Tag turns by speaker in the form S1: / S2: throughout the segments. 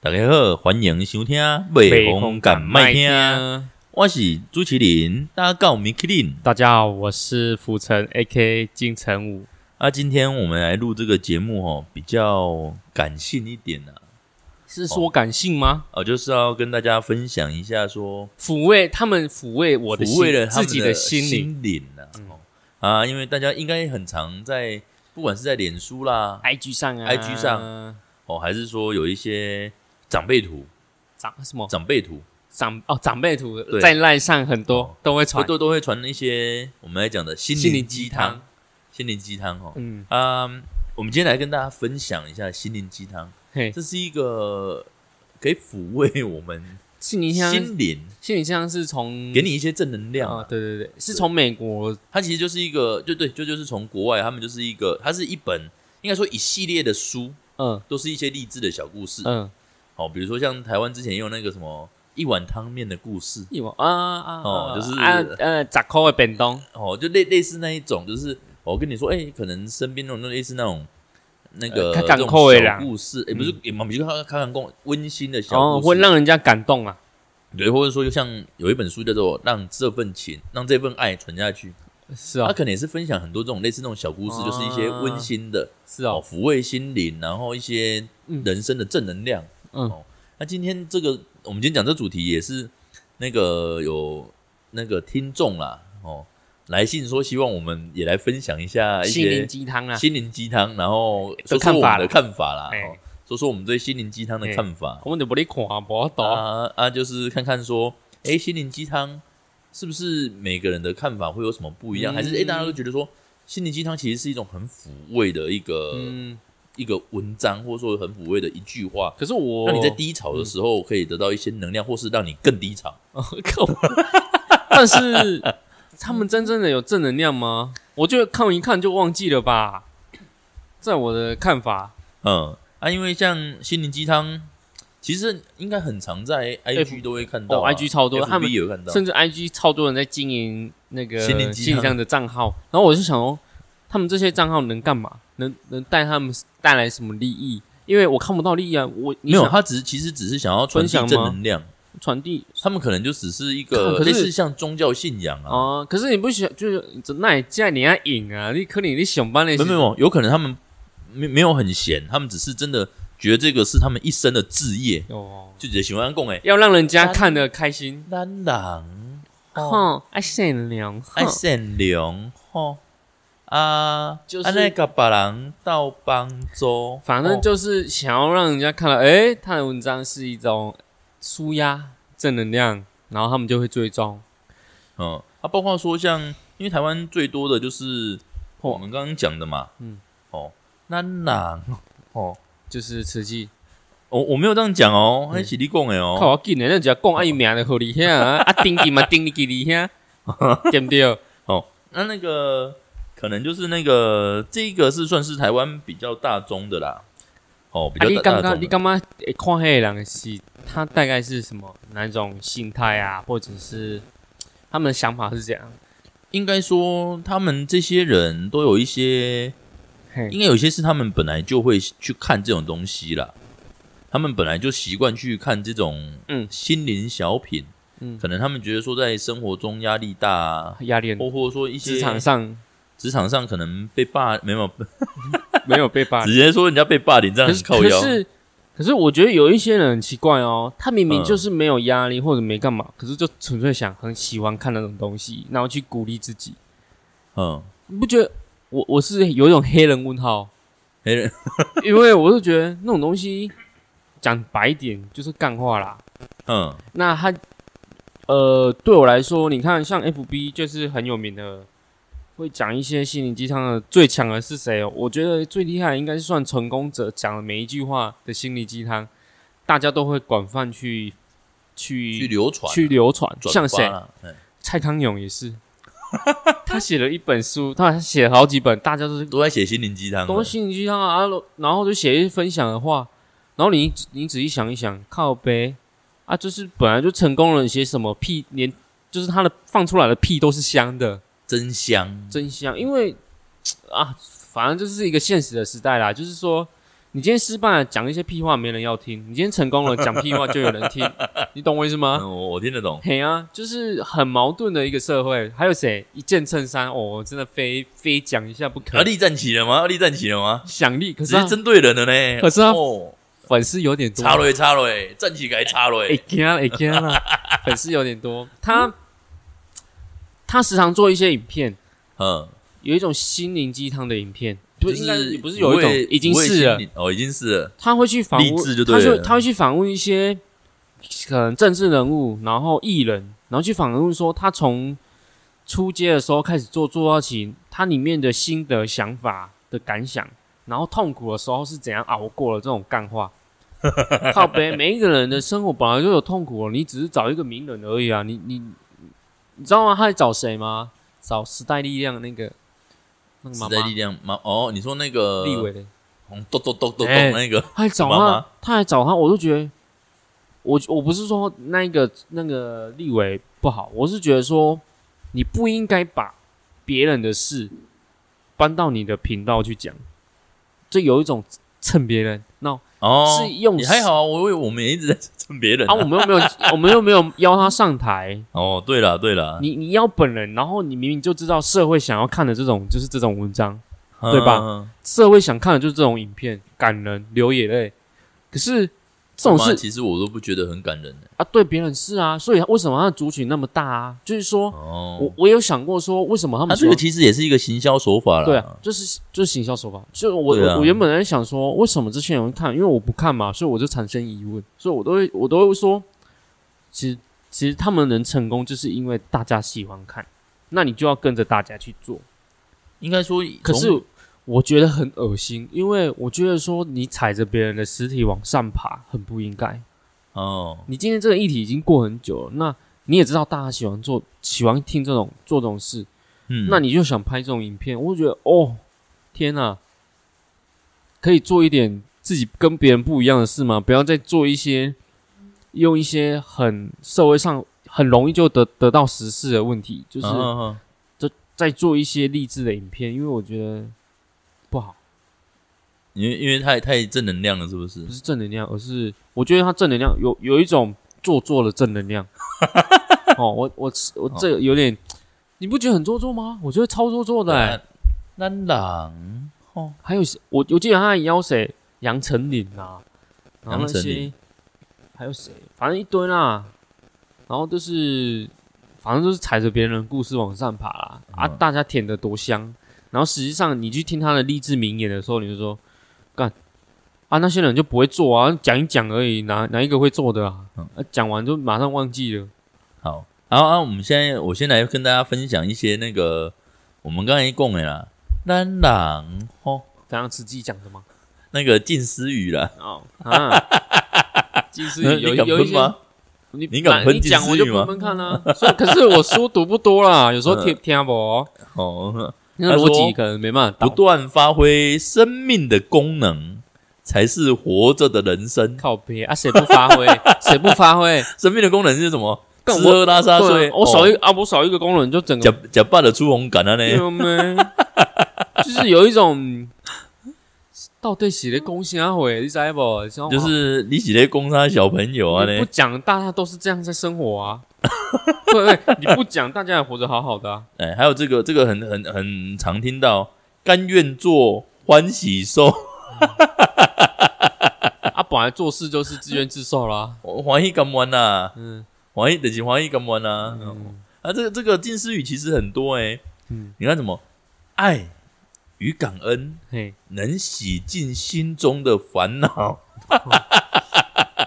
S1: 大家好，欢迎收听《北风敢麦啊听》，我是主持人，大家告米克林。
S2: 啊大家好，我是浮城 A.K. 金城武。
S1: 啊，今天我们来录这个节目哦，比较感性一点啊，
S2: 是说感性吗？
S1: 哦，就是要跟大家分享一下说，
S2: 抚慰他们，抚慰我的
S1: 抚慰
S2: 心
S1: 了他
S2: 自
S1: 们
S2: 己
S1: 的
S2: 心灵。
S1: 灵啊哦啊，因为大家应该很常在，不管是在脸书啦，
S2: IG 上啊
S1: IG 上哦，还是说有一些长辈图、
S2: 长什么
S1: 长辈图，
S2: 长哦长辈图
S1: 对
S2: 在赖上很多
S1: 哦
S2: 都会
S1: 会
S2: 传
S1: 都都会传一些我们来讲的心
S2: 心
S1: 灵
S2: 灵
S1: 鸡
S2: 鸡
S1: 汤
S2: 汤，
S1: 心灵鸡汤哦。
S2: 嗯，
S1: 嗯，我们今天来跟大家分享一下心灵鸡汤，
S2: 嘿，
S1: 这是一个可以抚慰我们
S2: 心灵香，
S1: 心灵，
S2: 心灵香是从
S1: 给你一些正能量
S2: 啊，
S1: 啊。
S2: 对对对，是从美国
S1: 它其实就是一个，就对，就就是从国外，他们就是一个，它是一本应该说一系列的书，
S2: 嗯
S1: 都是一些励志的小故事。
S2: 嗯
S1: 哦，比如说像台湾之前也有那个什么一碗汤面的故事，
S2: 一网啊啊
S1: 哦就是
S2: 啊呃杂扣的便当，
S1: 哦，就类类似那一种，就是我、哦跟你说，哎、可能身边那种类似那种那个
S2: 呃较
S1: 这
S2: 艰
S1: 种
S2: 苦的
S1: 小
S2: 人
S1: 故事，也、不是也不是看看看共温馨的小
S2: 哦
S1: 故事，
S2: 会让人家感动啊，
S1: 对，或者说就像有一本书叫做《让这份情，让这份爱传下去》，
S2: 是
S1: 它
S2: 哦
S1: 可能也是分享很多这种类似那种小故事，
S2: 哦
S1: 就是一些温馨的
S2: 是
S1: 哦，
S2: 哦，
S1: 抚慰心灵，然后一些
S2: 嗯
S1: 人生的正能量。
S2: 嗯
S1: 哦，那今天这个我们今天讲这主题也是那个有那个听众啦，哦，来信说希望我们也来分享一下一
S2: 心灵
S1: 些
S2: 鸡汤啊，
S1: 心灵鸡汤，然后
S2: 的
S1: 说说
S2: 看
S1: 我
S2: 法
S1: 们的
S2: 啦
S1: 看法啦，
S2: 哎
S1: 哦，说说我们对心灵鸡汤的
S2: 哎
S1: 看法。哦
S2: 我们就不哩看，无懂，
S1: 啊啊，就是看看说，哎，心灵鸡汤是不是每个人的看法会有什么不一样？
S2: 嗯
S1: 还是哎，诶大家都觉得说，心灵鸡汤其实是一种很抚慰的一个、
S2: 嗯。
S1: 一个文章，或者说很抚慰的一句话，
S2: 可是我，
S1: 让你在低潮的时候可以得到一些能量，或是让你更低潮。
S2: 靠但是他们真正的有正能量吗？我觉得看一看就忘记了吧，在我的看法
S1: 嗯啊，因为像心灵鸡汤。其实应该很常在
S2: F-
S1: IG 都会看到啊、
S2: 哦，IG 超多
S1: FB
S2: 他们
S1: 也有看到，
S2: 甚至 IG 超多人在经营那个
S1: 心灵鸡汤
S2: 心理上的账号，然后我就想哦，他们这些账号能干嘛？能能带他们带来什么利益？因为我看不到利益啊，我你
S1: 没有，
S2: 想
S1: 他只是其实只是想要传
S2: 分
S1: 递
S2: 享
S1: 正
S2: 吗
S1: 能量，
S2: 传递
S1: 他们可能就只是一个
S2: 看可
S1: 类
S2: 是
S1: 似像宗教信仰啊，
S2: 啊、可是你不想就是那你既然你要引啊，你可能你想班那
S1: 没
S2: 些
S1: 有没有，有可能他们没没有很闲，他们只是真的觉得这个是他们一生的志业，
S2: 哦，
S1: 就只喜欢供哎，
S2: 要让人家看得开心，
S1: 咱人吼
S2: 哼，爱善良，
S1: 哦爱
S2: 哼
S1: 善良吼啊，
S2: 就是
S1: 安尼甲别人到帮助，
S2: 反正
S1: 吼
S2: 就是想要让人家看到，诶，他的文章是一种舒压、正能量，然后他们就会追踪。
S1: 嗯啊，包括说像因为台湾最多的就是
S2: 吼
S1: 我们刚刚讲的嘛，嗯
S2: 嗯
S1: 哦，咱人哦。
S2: 就是慈禧，
S1: 我我没有这样讲哦，还是你讲的哦，
S2: 靠我紧的，咱只要讲爱名的合理遐 啊，啊顶记嘛顶你记你遐，啊对啊不对？
S1: 哦，那那个可能就是那个这个是算是台湾比较大宗的啦，哦，比
S2: 啊，你
S1: 较大大
S2: 刚刚你
S1: 宗的。
S2: 刚刚看黑人的是他大概是什么哪种心态啊，或者是他们的想法是这样？
S1: 应该说他们这些人都有一些，
S2: 嘿，
S1: 应该有些是他们本来就会去看这种东西啦，他们本来就习惯去看这种
S2: 嗯
S1: 心灵小品，
S2: 嗯
S1: 可能他们觉得说在生活中压力大啊，
S2: 压力很大
S1: 或或者说一些
S2: 嗯职场上
S1: 职场上可能被霸没有
S2: 没有被霸凌
S1: 直接说人家被霸凌这样
S2: 可
S1: 很
S2: 是
S1: 靠
S2: 可
S1: 腰，
S2: 是可是，我觉得有一些人很奇怪哦，他明明
S1: 嗯
S2: 就是没有压力或者没干嘛，可是就纯粹想很喜欢看那种东西，然后去鼓励自己。
S1: 嗯，
S2: 你不觉得我我是有一种黑人问号？
S1: 黑人
S2: 因为我是觉得那种东西讲白一点就是干话啦。
S1: 嗯
S2: 那他呃，对我来说，你看像 FB 就是很有名的。会讲一些心灵鸡汤的，最强的是谁、哦？我觉得最厉害应该是算成功者讲的每一句话的心灵鸡汤，大家都会广泛去去
S1: 去流传啊
S2: 去流传。
S1: 转
S2: 像
S1: 发
S2: 谁？
S1: 啦嗯
S2: 蔡康永也是，他写了一本书，他写了好几本，大家都是
S1: 都在写心灵鸡汤的，
S2: 都是心灵鸡汤啊，啊然后就写一些分享的话，然后你你仔细想一想，靠背啊，就是本来就成功了，你写什么屁，连就是他的放出来的屁都是香的，
S1: 真香。
S2: 真香，因为啊，反正就是一个现实的时代啦，就是说你今天失败了，讲一些屁话没人要听；你今天成功了，讲屁话就有人听，你懂我意思吗？
S1: 嗯，我我听得懂。
S2: 嘿啊，就是很矛盾的一个社会。还有谁一件衬衫哦，我真的非非讲一下不可。
S1: 要力战旗了吗？要力战旗了吗？
S2: 想力可
S1: 直
S2: 是他
S1: 接针对人了呢。
S2: 可是他
S1: 哦，
S2: 粉丝有点多，
S1: 插蕊插蕊，战旗该插
S2: 哎
S1: 蕊。
S2: 惊哎惊啦，粉丝有点多。他他时常做一些影片，
S1: 嗯，
S2: 有一种心灵鸡汤的影片，不
S1: 就是
S2: 应该也不是
S1: 抚
S2: 有一种
S1: 慰
S2: 已经
S1: 抚慰
S2: 是
S1: 心
S2: 了，
S1: 灵哦，已经是了。
S2: 他会去访问，
S1: 励志就
S2: 他
S1: 对
S2: 会
S1: 了
S2: 他会去访问一些可能政治人物，然后艺人，然后去访问说他从出街的时候开始做做到起，他里面的心得、想法的感想，然后痛苦的时候是怎样熬过了这种 干话。靠北，每一个人的生活本来就有痛苦、哦，你只是找一个名人而已啊！你你你知道吗？他在找谁吗？找时代力量那个那个
S1: 时
S2: 妈
S1: 代力
S2: 妈
S1: 量妈哦，你说那个
S2: 立委的
S1: 红咚咚咚咚
S2: 哎
S1: 咚那个，
S2: 他还找
S1: 什么
S2: 他
S1: 吗，
S2: 他还找他，我就觉得，我我不是说那个那个立委不好，我是觉得说你不应该把别人的事搬到你的频道去讲，这有一种蹭别人。那、
S1: 哦，
S2: 是用
S1: 你还好啊，我以为我们也一直在蹭别人
S2: 啊，我们又没有， 我们又没有邀他上台，
S1: 哦，对了对了，
S2: 你你邀本人，然后你明明就知道社会想要看的这种就是这种文章，对吧
S1: 嗯？
S2: 社会想看的就是这种影片，感人流眼泪。可是这种
S1: 妈
S2: 事
S1: 其实我都不觉得很感人的
S2: 啊，对别人是啊，所以为什么他的族群那么大啊？就是说
S1: 哦。
S2: 我我有想过说，为什么他
S1: 他
S2: 们
S1: 这
S2: 说
S1: 个其实也是一个行销手法啦。
S2: 对啊，就是就是行销手法。就我、
S1: 对啊
S2: 我我原本在想说，为什么这些人会看？因为我不看嘛，所以我就产生疑问，所以我都会我都会说，其实其实他们能成功，就是因为大家喜欢看，那你就要跟着大家去做。
S1: 应该说从，
S2: 可是我觉得很恶心，因为我觉得说你踩着别人的尸体往上爬，很不应该。
S1: 哦，
S2: 你今天这个议题已经过很久了，那你也知道大家喜欢做、喜欢听这种做这种事，
S1: 嗯，
S2: 那你就想拍这种影片，我就觉得哦，天哪、可以做一点自己跟别人不一样的事吗？不要再做一些用一些很社会上很容易就得得到实事的问题，就是
S1: 嗯嗯嗯
S2: 在做一些励志的影片，因为我觉得不好，
S1: 因为因为太太正能量了，是不是
S2: 不？是正能量，而是我觉得它正能量有有一种做作的正能量。哦，我我我这个有点，你不觉得很做作吗？我觉得超做作的、
S1: 啊
S2: 欸。
S1: 那朗哦，
S2: 还有谁我我记得他还邀谁，杨丞琳啊，然后那
S1: 杨丞琳
S2: 些还有谁，反正一堆啦。然后就是，反正就是踩着别人的故事往上爬啦、啊，
S1: 嗯
S2: 大家舔的多香。然后实际上你去听他的励志名言的时候，你就说干啊，那些人就不会做啊，讲一讲而已，哪哪一个会做的啊？
S1: 嗯
S2: 啊讲完就马上忘记了。
S1: 好，然后啊，我们现在我先来跟大家分享一些那个我们刚才讲的啦，那朗哦，
S2: 怎样吃鸡讲的吗？
S1: 那个近思语 啦，
S2: 哦 啊，其实有
S1: 你敢
S2: 有一
S1: 喷
S2: 些
S1: 吗？
S2: 你
S1: 你敢
S2: 来
S1: 喷
S2: 你
S1: 近
S2: 讲
S1: 似
S2: 我就
S1: 语吗
S2: 喷喷看啊啦、 所以可是我书读不多啦，有时候
S1: 嗯
S2: 听听不哦，
S1: 哦，
S2: 那个
S1: 他说
S2: 逻辑可能没办法
S1: 不
S2: 到。
S1: 断发挥生命的功能，才是活着的人生。
S2: 靠别啊，谁不发 挥，谁不发挥？
S1: 生命的功能是什么？
S2: 干
S1: 吃喝拉撒
S2: 对
S1: 睡。
S2: 啊，我少一
S1: 哦
S2: 个啊，我少一个工人就整
S1: 假
S2: 个
S1: 假扮的出红感啊呢？
S2: 有没？ 就是有一种到底写的贡献啊会，你知道不？就
S1: 就是你几类攻杀小朋友啊
S2: 你不
S1: 呢？
S2: 讲，大家都是这样在生活 啊。对不对，你不讲，大家也活得好好的啊。
S1: 哎，还有这个这个很很很常听到，甘愿做欢喜受，
S2: 啊，本来做事就是自怨自受啦。
S1: 哦欢喜甘愿呐，
S2: 嗯
S1: 欢喜就是欢喜甘愿呐。
S2: 嗯
S1: 啊，这个这个近似语其实很多哎、
S2: 嗯，
S1: 你看什么爱与感恩
S2: 嘿，
S1: 能洗净心中的烦 恼
S2: 哦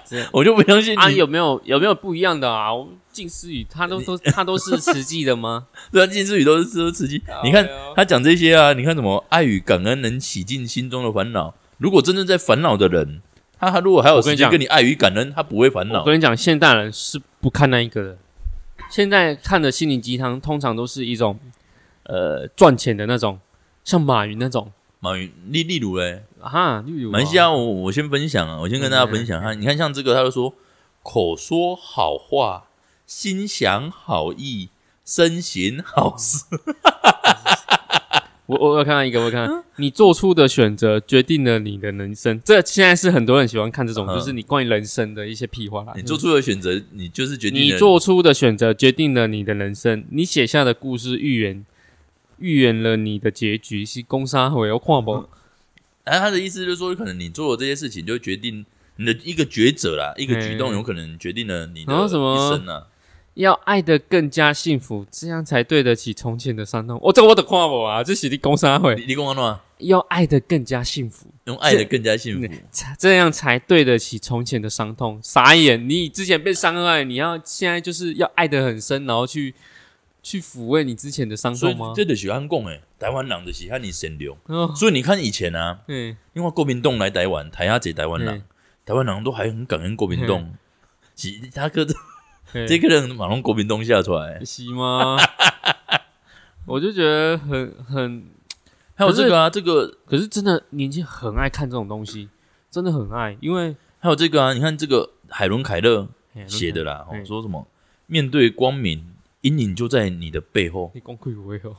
S2: 这样。
S1: 我就不相信你，
S2: 啊，有没有有没有不一样的啊？我近思语，它都都它都是实际的吗？
S1: 对啊，近似语都是都是刺激。
S2: 哦
S1: 你看他讲这些啊，你看什么爱与感恩能洗净心中的烦恼。如果真正在烦恼的人，他他如果还有
S2: 我跟
S1: 时
S2: 你讲
S1: 间跟你爱与感恩，他不会烦
S2: 我
S1: 恼。
S2: 跟你讲，现代人是不看那一个的。现在看的心灵鸡汤，通常都是一种呃赚钱的那种，像马云那种
S1: 马云例例如嘞，
S2: 啊哈，例如啊
S1: 马来西亚我我先分享啊，我先跟大家分享
S2: 嗯
S1: 哈。你看像这个，他就说口说好话，心想好意，身行好事。
S2: 我我我看到一个，我看到
S1: 啊
S2: 你做出的选择决定了你的人生。这现在是很多人喜欢看这种，
S1: 嗯
S2: 就是你关于人生的一些屁话啦。
S1: 你做出的选择，你就是决定
S2: 嗯你
S1: 了
S2: 做出的选择决定了你的人生，你写下的故事预言预言了你的结局是攻杀回要跨
S1: 嗯
S2: 不？
S1: 然后他的意思就是说，可能你做的这些事情，就决定你的一个抉择啦，一个举动，
S2: 嗯
S1: 有可能决定了你的
S2: 然后什么
S1: 一生啊。
S2: 要爱的更加幸福，这样才对得起从前的伤痛。哦我、这个我得跨我啊，这是你攻杀回
S1: 你你跟我讲嘛，
S2: 要爱的更加幸福，
S1: 用爱的更加幸福。
S2: 才这样才对得起从前的伤痛。傻眼，你之前被伤害，你要现在就是要爱的很深，然后去去抚慰你之前的伤
S1: 所以
S2: 痛吗？
S1: 这就是安讲诶，台湾人就是和你神流。
S2: 哦，
S1: 所以你看以前啊，
S2: 嗯，
S1: 因为国民党来台湾，台下这台湾人
S2: 嗯，
S1: 台湾人都还很感恩国民党。其他个
S2: 对
S1: 这个人马龙国民党下出来，
S2: 洗吗？我就觉得很很，
S1: 还有这个啊，这个
S2: 可是真的年轻人很爱看这种东西，真的很爱，因为
S1: 还有这个啊，你看这个海伦凯勒
S2: 嘿
S1: 写的啦，
S2: 嗯
S1: 哦说什么面对光明，阴影就在你的背后。
S2: 你功亏不备哦。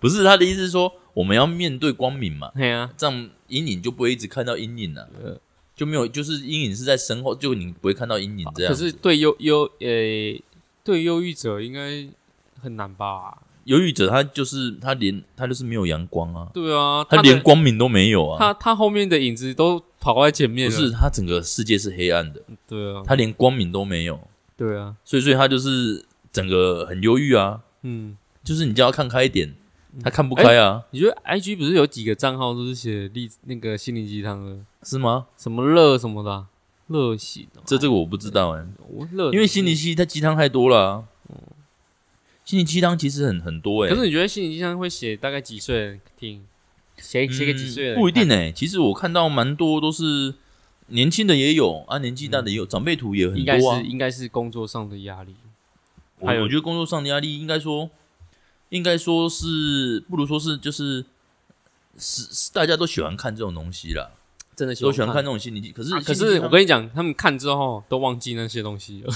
S1: 不是他的意思是说，我们要面对光明嘛，
S2: 对啊，
S1: 这样阴影就不会一直看到阴影了、
S2: 呃
S1: 就没有，就是阴影是在身后，就你不会看到阴影这样。
S2: 哎啊可是对忧忧呃，对忧郁者应该很难吧？
S1: 忧郁者他就是他连他就是没有阳光啊，
S2: 对啊，
S1: 他
S2: 的
S1: 连光明都没有啊，
S2: 他他后面的影子都跑在前面
S1: 不
S2: 了，
S1: 是他整个世界是黑暗的，
S2: 对啊，
S1: 他连光明都没有，
S2: 对啊，
S1: 所以所以他就是整个很忧郁啊，
S2: 嗯，
S1: 就是你就要看开一点，他看不开啊，
S2: 你觉得 I G 不是有几个账号都是写励那个心灵鸡汤的，
S1: 是吗？
S2: 什么乐什么的啊，乐醒哦，
S1: 这这个我不知道哎、
S2: 我乐，
S1: 因为心灵鸡他鸡汤太多了、啊，心灵鸡汤其实很很多哎、
S2: 嗯可是你觉得心理鸡汤会写大概几岁的人听？写写给几岁的
S1: 嗯
S2: 人、
S1: 不一定。哎、其实我看到蛮多都是年轻的也有啊，年纪大的也有，长辈图也很
S2: 嗯应该
S1: 多啊
S2: 是。应该是工作上的压力。
S1: 我
S2: 还有
S1: 我觉得工作上的压力，应该说，应该说是不如说是就是是是大家都喜欢看这种东西啦，
S2: 真的
S1: 都喜欢看这种心理技。可是、
S2: 啊可是我
S1: 跟
S2: 跟你讲，他们看之后都忘记那些东西了，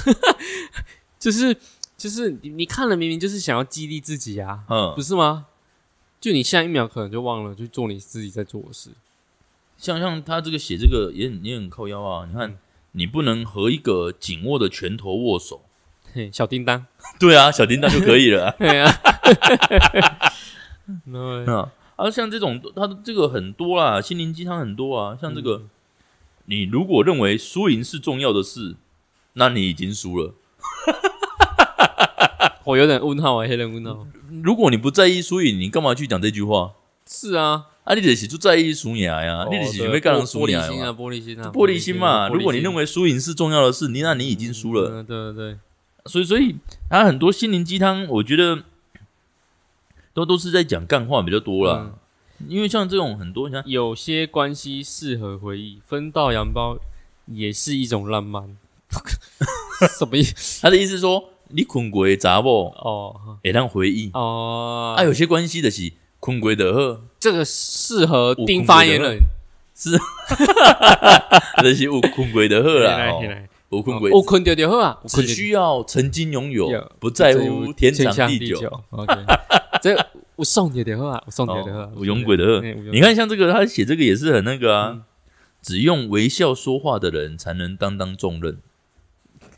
S2: 就是就是你你看了明明就是想要激励自己啊，
S1: 嗯
S2: 不，是吗？就你下一秒可能就忘了去做你自己在做的事，
S1: 像像他这个写这个也很也很扣腰啊。你看，你不能和一个紧握的拳头握 手。
S2: 嘿，小叮当，
S1: 对啊，小叮当就可以了啊、
S2: 对啊， 对
S1: 嗯，啊，像这种，它的这个很多啦，心灵鸡汤很多啊。像这个，
S2: 嗯
S1: 你如果认为输赢是重要的事，那你已经输了。
S2: 我有点问号啊，黑人问号，
S1: 如果你不在意输赢，你干嘛去讲这句话？
S2: 是啊，
S1: 啊，你得是就在意输赢呀，你得
S2: 哦
S1: 是
S2: 对
S1: 因为干
S2: 玻
S1: 人输
S2: 玻
S1: 赢
S2: 璃心啊，
S1: 嘛，
S2: 玻璃心啊，
S1: 玻璃心嘛。
S2: 玻璃
S1: 如果你认为输赢是重要的事，你那你已经输了。
S2: 嗯对对对，
S1: 所以，所以他很多心灵鸡汤，我觉得都都是在讲干话比较多
S2: 嗯
S1: 啦。因为像这种很多，你看
S2: 有些关系适合回忆，分道扬镳也是一种浪漫。 什么意思？
S1: 他的意思是说，你困过的查某
S2: 哦
S1: 会让回忆。
S2: 哦，
S1: 啊，有些关系的是困鬼的呵，
S2: 这个适合丁发言人。
S1: 那是有困鬼的呵啦，
S2: 来
S1: 哦
S2: 来，
S1: 有困鬼
S2: 我困掉掉好啊，我
S1: 只
S2: 困掉
S1: 需要曾经拥有
S2: 有，
S1: 不在乎天长地久。。
S2: OK，这我送你掉好啊，我送你掉好啊
S1: 哦，有勇鬼的呵，
S2: 哎有勇
S1: 你看像这个，他写这个也是很那个啊，只用微笑说话的人才能担当重任，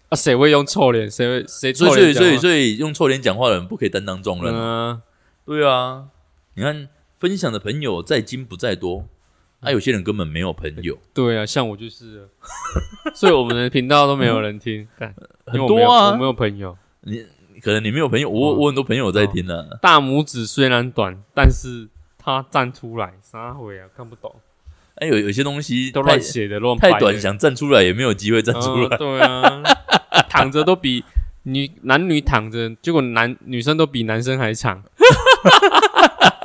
S2: 啊，谁会用臭脸？谁会谁
S1: 所以
S2: 臭
S1: 所
S2: 脸
S1: 以
S2: 讲话？
S1: 所以所以用臭脸讲话的人不可以担当重任啊。
S2: 嗯，
S1: 对啊，你看分享的朋友在精不在多，啊，有些人根本没有朋友，
S2: 对啊，像我就是了， 所以我们的频道都没有人听，干因
S1: 很
S2: 为我没
S1: 多
S2: 有我
S1: 啊
S2: 没，有朋友。
S1: 可能你没有朋友，我
S2: 哦
S1: 我很多朋友在听啊。
S2: 大拇指虽然短，但是它站出来，啥回啊？看不懂，
S1: 哎，有有些东西
S2: 都
S1: 太
S2: 乱写的，乱
S1: 太
S2: 掰的
S1: 短，想站出来也没有机会站出来。
S2: 嗯对啊， 躺着都比女男女躺着，结果男女生都比男生还长。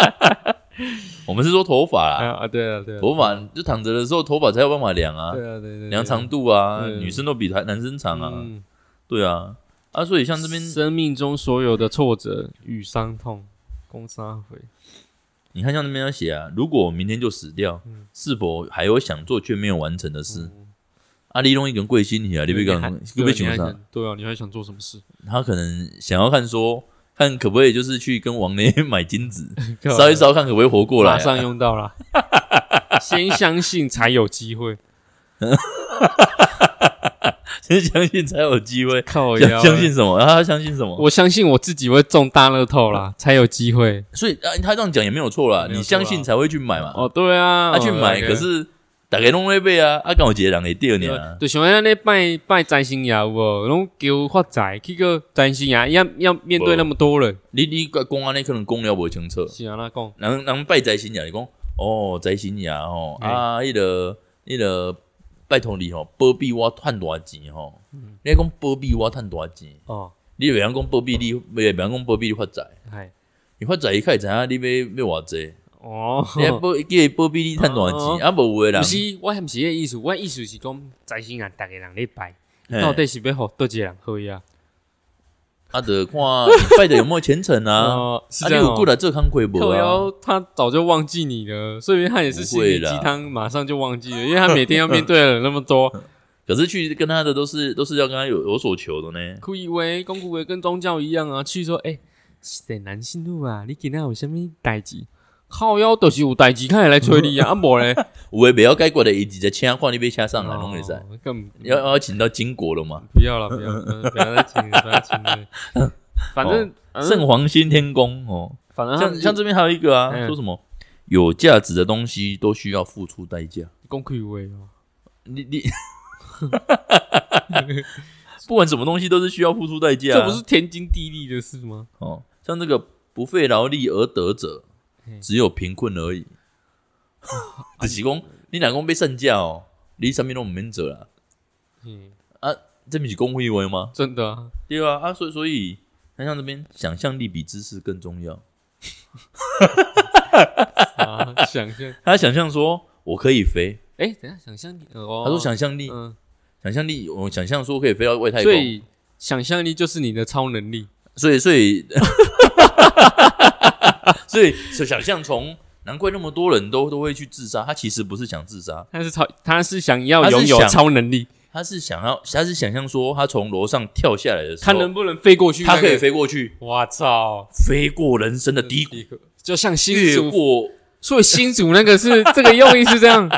S1: 我们是说头发
S2: 啊
S1: 啦，
S2: 啊，对啊，对啊，
S1: 头发就躺着的时候，头发才有办法量啊，
S2: 对啊，对对对，
S1: 量长度啊，
S2: 对
S1: 女生都比男男生长啊，
S2: 嗯
S1: 对啊，啊，所以像这边
S2: 生命中所有的挫折与伤痛，攻杀回。
S1: 啊你看像这边要写啊，如果明天就死掉，
S2: 嗯
S1: 是否还有想做却没有完成的事？阿丽弄一个人跪心你啊，你被
S2: 对
S1: 讲
S2: 嗯还，
S1: 你被
S2: 对啊
S1: 想
S2: 你还
S1: 上，
S2: 想对啊，你还想做什么事？
S1: 他可能想要看说看可不可以就是去跟王雷买金 子，
S2: 啊
S1: 烧一烧看可不可以活过来、啊
S2: 马上用 到了，先相信才有机会，
S1: 先 相信才有机会。
S2: 靠
S1: 相
S2: 腰，
S1: 相信什么？啊他相信什么？
S2: 我相信我自己会中大乐透啦，才有机会。
S1: 所以啊，他这样讲也没有错啦。
S2: 没有错啦
S1: 你相信才会去买嘛。
S2: 哦，对啊，
S1: 他去
S2: 哦
S1: 买，
S2: 对
S1: 可是大概弄那杯啊，啊，刚我姐人也第二年啊
S2: 对，就像咱咧拜拜占星爷有无，拢求发财，去个占星爷要要面对那么多人，
S1: 你你讲安尼可能讲了不清楚。
S2: 是安那讲？
S1: 人人拜财神爷，你讲哦，财神爷吼，
S2: 嘿
S1: 啊，迄个迄个拜托你吼，保庇我趁大钱吼。
S2: 嗯
S1: 你讲保庇我趁大钱，
S2: 哦，
S1: 你袂晓讲保庇你，袂袂晓讲保庇你发财。
S2: 嗨，
S1: 你发财伊较会知影你要要偌济，
S2: 哦，
S1: 你还保叫伊保庇你趁大
S2: 哦
S1: 钱，啊无有诶人
S2: 不，是，我还不是迄个意思，我的意思是讲占星爷逐个人咧拜，
S1: 嘿
S2: 到底是要互倒一个人好呀？
S1: 啊，得看你拜的有没有虔诚啊。
S2: 哦，是
S1: 啊，
S2: 这
S1: 你
S2: 样
S1: 有过
S2: 哦。
S1: 来做工课无
S2: 靠
S1: 啊？
S2: 腰他早就忘记你了，所以他也是心灵
S1: 不会
S2: 鸡
S1: 啦
S2: 汤，马上就忘记了，因为他每天要面对的人那么多，
S1: 可是去跟他的都是都是要跟他有有所求的呢。
S2: 故以为公古为跟宗教一样啊，去说哎，谁男性路啊？你今天有什么代志？靠腰都是有代志，看会来催你啊！啊无咧，
S1: 有诶，袂晓解决的，伊直接请看你要请上来拢会使。
S2: 哦更
S1: 要要请到金国了嘛？
S2: 不要了，不要了，不要再请了，不要请了。反正反正
S1: 圣皇先天宫哦，
S2: 反正他
S1: 像
S2: 们
S1: 像这边还有一个啊，
S2: 啊嗯
S1: 说什么有价值的东西都需要付出代价。
S2: 公以为哦，
S1: 你 你， 不管什么东西都是需要付出代价啊。
S2: 这不是天经地义的事吗？
S1: 哦，像这个不费劳力而得者
S2: 嘿，
S1: 只有贫困而 已。只是讲你老公被圣教哦，你上面都免做啦，啊
S2: 嗯，
S1: 这不是公会为吗？
S2: 真的啊，
S1: 对啊，啊，所以所以，那像这边想象力比知识更重要。
S2: 啊想象
S1: 他想象说我可以飞，
S2: 哎，等一下想象力哦，
S1: 他说想象力，
S2: 嗯，
S1: 想象力，我想象说可以飞到外太空
S2: 所，以想象力就是你的超能力，
S1: 所以所以 所以想象从难怪那么多人都都会去自杀，他其实不是想自杀，
S2: 他是超，他是想要
S1: 他是
S2: 拥有
S1: 想
S2: 超能力。
S1: 他是想要他是想象说他从楼上跳下来的时候，
S2: 他能不能飞过去？
S1: 他可以。飞过去，
S2: 我操！
S1: 飞过人生的低谷，
S2: 一个就像新
S1: 越
S2: 竹，
S1: 过
S2: 所以新竹那个是这个用意是 这样，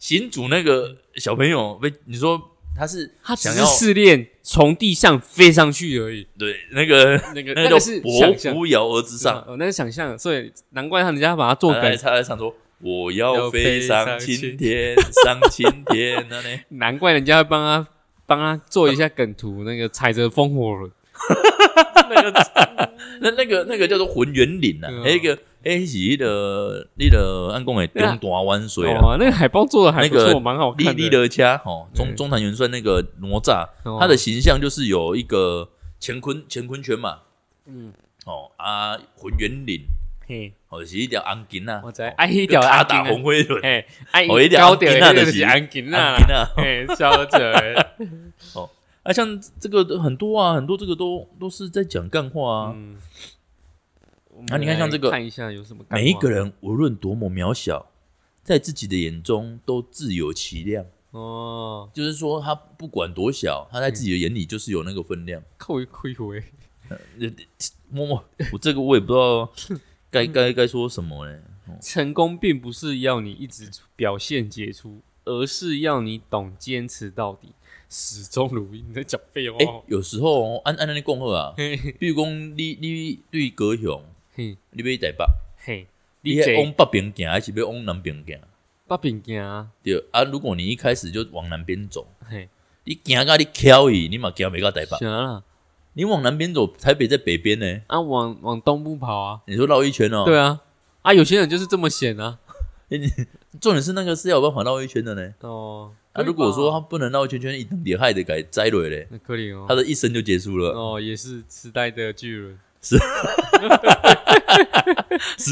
S1: 行主那个小朋友被你说他是
S2: 他只
S1: 想
S2: 是
S1: 要
S2: 试炼从地上飞上去而已。
S1: 对那 个
S2: 那个
S1: 那个
S2: 个
S1: 叫
S2: 是想
S1: 薄
S2: 象，
S1: 扶摇而之上，
S2: 哦，那是想象，所以难怪他人家把它做
S1: 来
S2: 梗，
S1: 他来唱说。我要
S2: 要
S1: 飞
S2: 飞
S1: 上
S2: 上
S1: 青
S2: 青
S1: 天，上青天，那呢？
S2: 难怪人家会帮他帮他做一
S1: 啊
S2: 下梗图，那个踩着风火轮，
S1: 那那个那个叫做浑圆岭啊，
S2: 对啊
S1: 那个哎是那个那个按讲的东大湾水啊，
S2: 哦，那个海报做的还不
S1: 那个
S2: 错，蛮好
S1: 丽
S2: 看
S1: 丽
S2: 的。哎
S1: 的家哦，中
S2: 对
S1: 中坛元帅那个哪吒，
S2: 哦
S1: 他的形象就是有一个乾坤乾坤圈嘛，
S2: 嗯，
S1: 哦啊浑圆岭
S2: 嘿，
S1: 哦是一条安金啊，
S2: 我知，
S1: 哦
S2: 爱一
S1: 就
S2: 条
S1: 卡
S2: 安
S1: 打
S2: 金
S1: 红
S2: 啊，
S1: 灰轮，
S2: 嘿，爱
S1: 哦那条
S2: 高点
S1: 红
S2: 那
S1: 金啊
S2: 个
S1: 就是
S2: 是安金
S1: 安
S2: 啦，
S1: 金啊，
S2: 嘿，小姐，
S1: 啊像这个很多啊，很多这个都都是在讲干话啊，
S2: 嗯，
S1: 啊你看像这个
S2: 看一下有什么干话？
S1: 每一个人无论多么渺小，在自己的眼中都自有其量。
S2: 哦，
S1: 就是说他不管多小，他在自己的眼里就是有那个分量。
S2: 扣一亏回，
S1: 默默，我这个我也不知道 该该该说什么嘞。
S2: 成功并不是要你一直表现杰出，而是要你懂坚持到底，始终如一。你在讲废话
S1: 哎、
S2: 哦？
S1: 有时候哦按按那共和啊，
S2: 嘿嘿
S1: 比如讲你你对高雄，
S2: 嘿
S1: 你要台北，
S2: 嘿，
S1: 你
S2: 你
S1: 要往
S2: 这
S1: 北边行还是要往南边行？
S2: 八饼行啊？
S1: 对啊，如果你一开始就往南边走，
S2: 嘿，
S1: 你行到你翘去，你嘛行袂到台北。
S2: 啥啦？
S1: 你往南边走，台北在北边呢。
S2: 啊，往往东部跑啊？
S1: 你说绕一圈哦，
S2: 对啊，啊，有些人就是这么闲啊。
S1: 重点是那个是要有办法绕一圈的呢。
S2: 哦，
S1: 啊，如果说他不能绕一圈圈，一等点害的改栽落嘞，
S2: 那可以哦
S1: 他，的一生就结束了。
S2: 哦，也是痴呆的巨人。
S1: 时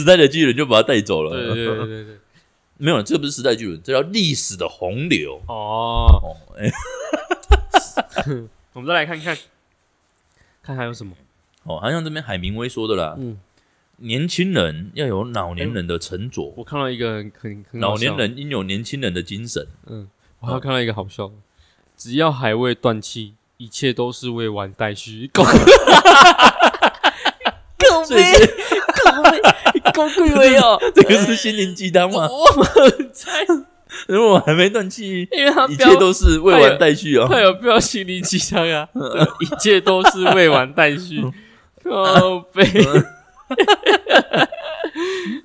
S1: 代的巨人就把他带走了。
S2: 对对对对对，
S1: 没有，这不是时代巨人，这叫历史的洪流。
S2: 哦，
S1: 哦，哎，
S2: 我们再来看看，看还有什么？
S1: 哦，好像这边海明威说的啦，
S2: 嗯，
S1: 年轻人要有老年人的沉着，
S2: 我看到一个很很很好
S1: 老
S2: 笑
S1: 年人应有年轻人的精神。
S2: 嗯，我还有看到一个好笑的，只要还 未断气，一切都是未完待续。狗，靠
S1: 所以
S2: 背，
S1: 是
S2: 靠背，高贵为哦，
S1: 这个是心灵鸡汤吗？
S2: 我们在，
S1: 如果我还没断气，
S2: 因为他
S1: 一
S2: 标
S1: 切都是未完待 续
S2: 他
S1: 哦。
S2: 有标心灵鸡汤啊，
S1: 嗯
S2: 对一切都是未完待续，靠背。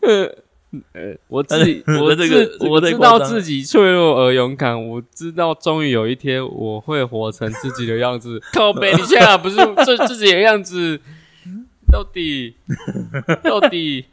S2: 呃 呃，我自己，
S1: 那
S2: 我
S1: 嗯哎那这
S2: 自
S1: 个这个
S2: 我
S1: 太
S2: 知
S1: 夸
S2: 道
S1: 张了
S2: 自己脆弱而勇敢，我知道终于有一天我会活成自己的样子。靠背，你现在不是做自己的样子，到 底到底，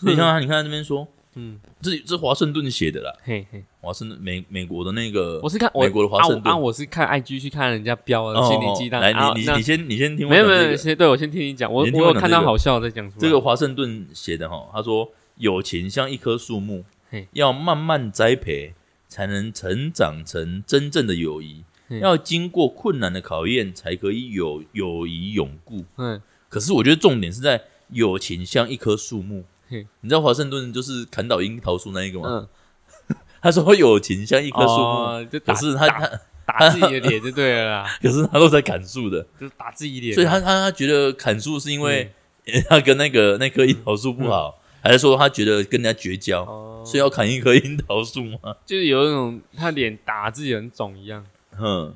S1: 你看啊，你看那边说，
S2: 嗯，
S1: 这这华盛顿写的啦，
S2: 嘿嘿，
S1: 华盛顿美美国的那个，
S2: 我是看我
S1: 美国的华盛顿
S2: 啊我啊，我是看 IG 去看人家标的
S1: 哦
S2: 心灵鸡汤，
S1: 来，
S2: 啊
S1: 你
S2: 那
S1: 你你先你先听我
S2: 没
S1: 讲
S2: 有
S1: 这
S2: 没有，
S1: 个。
S2: 先对我先听你讲，我
S1: 先听
S2: 我
S1: 我
S2: 有
S1: 讲
S2: 看到
S1: 这个
S2: 好笑的再讲出来。
S1: 这个华盛顿写的哈，他说友情像一棵树木
S2: 嘿，
S1: 要慢慢栽培，才能成长成真正的友谊。
S2: 嘿
S1: 要经过困难的考验，才可以有友谊永固。
S2: 嗯，
S1: 可是我觉得重点是在友情像一棵树木。
S2: 嘿
S1: 你知道华盛顿就是砍倒樱桃树那一个吗？
S2: 嗯，
S1: 他说友情像一棵树木，
S2: 哦就打
S1: 可是他
S2: 打
S1: 他
S2: 打自己的脸就对了 啦，
S1: 可是他都在砍树的，
S2: 就是嗯打自己脸。
S1: 所以他他他觉得砍树是因为 他跟那个那棵樱桃树不好，
S2: 嗯
S1: 还是说他觉得跟人家绝交？
S2: 哦，
S1: 所以要砍一棵樱桃树吗？
S2: 就是有一种他脸打自己很肿一样。
S1: 哼，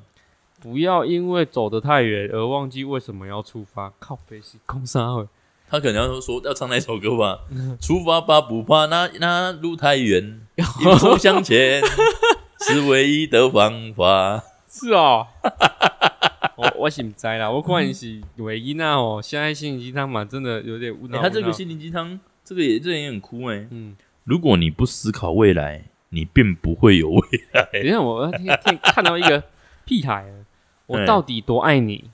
S2: 不要因为走得太远而忘记为什么要出发。靠北是空沙会，
S1: 他可能要说要唱那首歌吧，出发吧，不怕那那路太远，一步向 前是唯一的方法。
S2: 是哦。 我我是不知啦，我看你是唯一那哦。现在心灵鸡汤嘛，真的有点无
S1: 欸
S2: 脑。
S1: 他这个
S2: 无脑
S1: 心灵鸡汤，这个也这个也很酷哎、
S2: 嗯，
S1: 如果你不思考未来，你便不会有未来。
S2: 等一下，我要天天看到一个屁孩了，我
S1: 嗯
S2: 到底多爱你？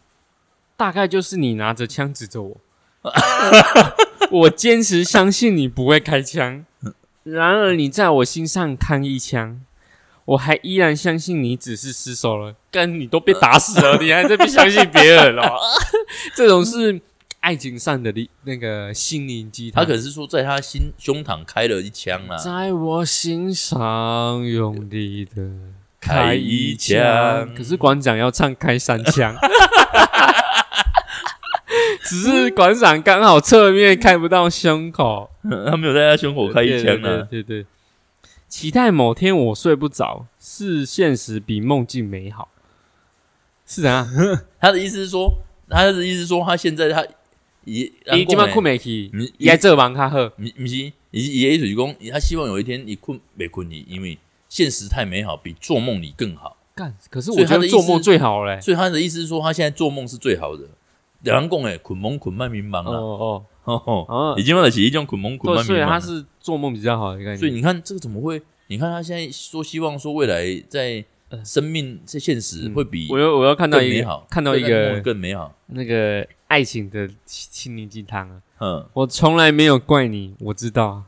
S2: 大概就是你拿着枪指着我，我坚持相信你不会开枪，然而你在我心上扛一枪，我还依然相信你只是失手了，跟你都被打死了，你还在不相信别人哦？这种是爱情上的力那个心灵鸡
S1: 他
S2: 汤
S1: 可。能是说在他心胸膛开了一枪啊啦、
S2: 在我心上用力的
S1: 开一枪
S2: 可是馆长要唱开三枪， 只是馆长刚好侧面看不到胸口，
S1: 他没有在他胸口开一枪啊。
S2: 对对对对对期待某天我睡不着，是现实比梦境美好。是啊，
S1: 他的意思是说，他的意思是说，他现在他也
S2: 你今晚困没起，
S1: 你
S2: 你在这忙卡好。
S1: 毋毋是，伊伊的意思是讲，他希望有一天你困袂困你，因为现实太美好，比做梦你更好。
S2: 干，可是我
S1: 所以
S2: 觉
S1: 他
S2: 得
S1: 的意
S2: 做
S1: 思
S2: 梦最好欸嘞、
S1: 所以他的意思是说，他现在做梦是最好的。两人讲诶，哎困梦困慢迷茫
S2: 哦
S1: 啦，
S2: 哦
S1: 吼吼，
S2: 哦，
S1: 已经嘛就是一种困梦困
S2: 对，
S1: 慢迷
S2: 所以他
S1: 茫。
S2: 是做梦比较好的概念。
S1: 所以你看这个怎么会？你看他现在说希望说未来在生命在现实会比
S2: 嗯我又我又看到
S1: 更
S2: 一
S1: 美
S2: 个
S1: 好，
S2: 看到一
S1: 对在梦
S2: 个
S1: 更美好。
S2: 那个爱情的心灵鸡汤啊！
S1: 嗯，
S2: 我从来没有怪你，我知道，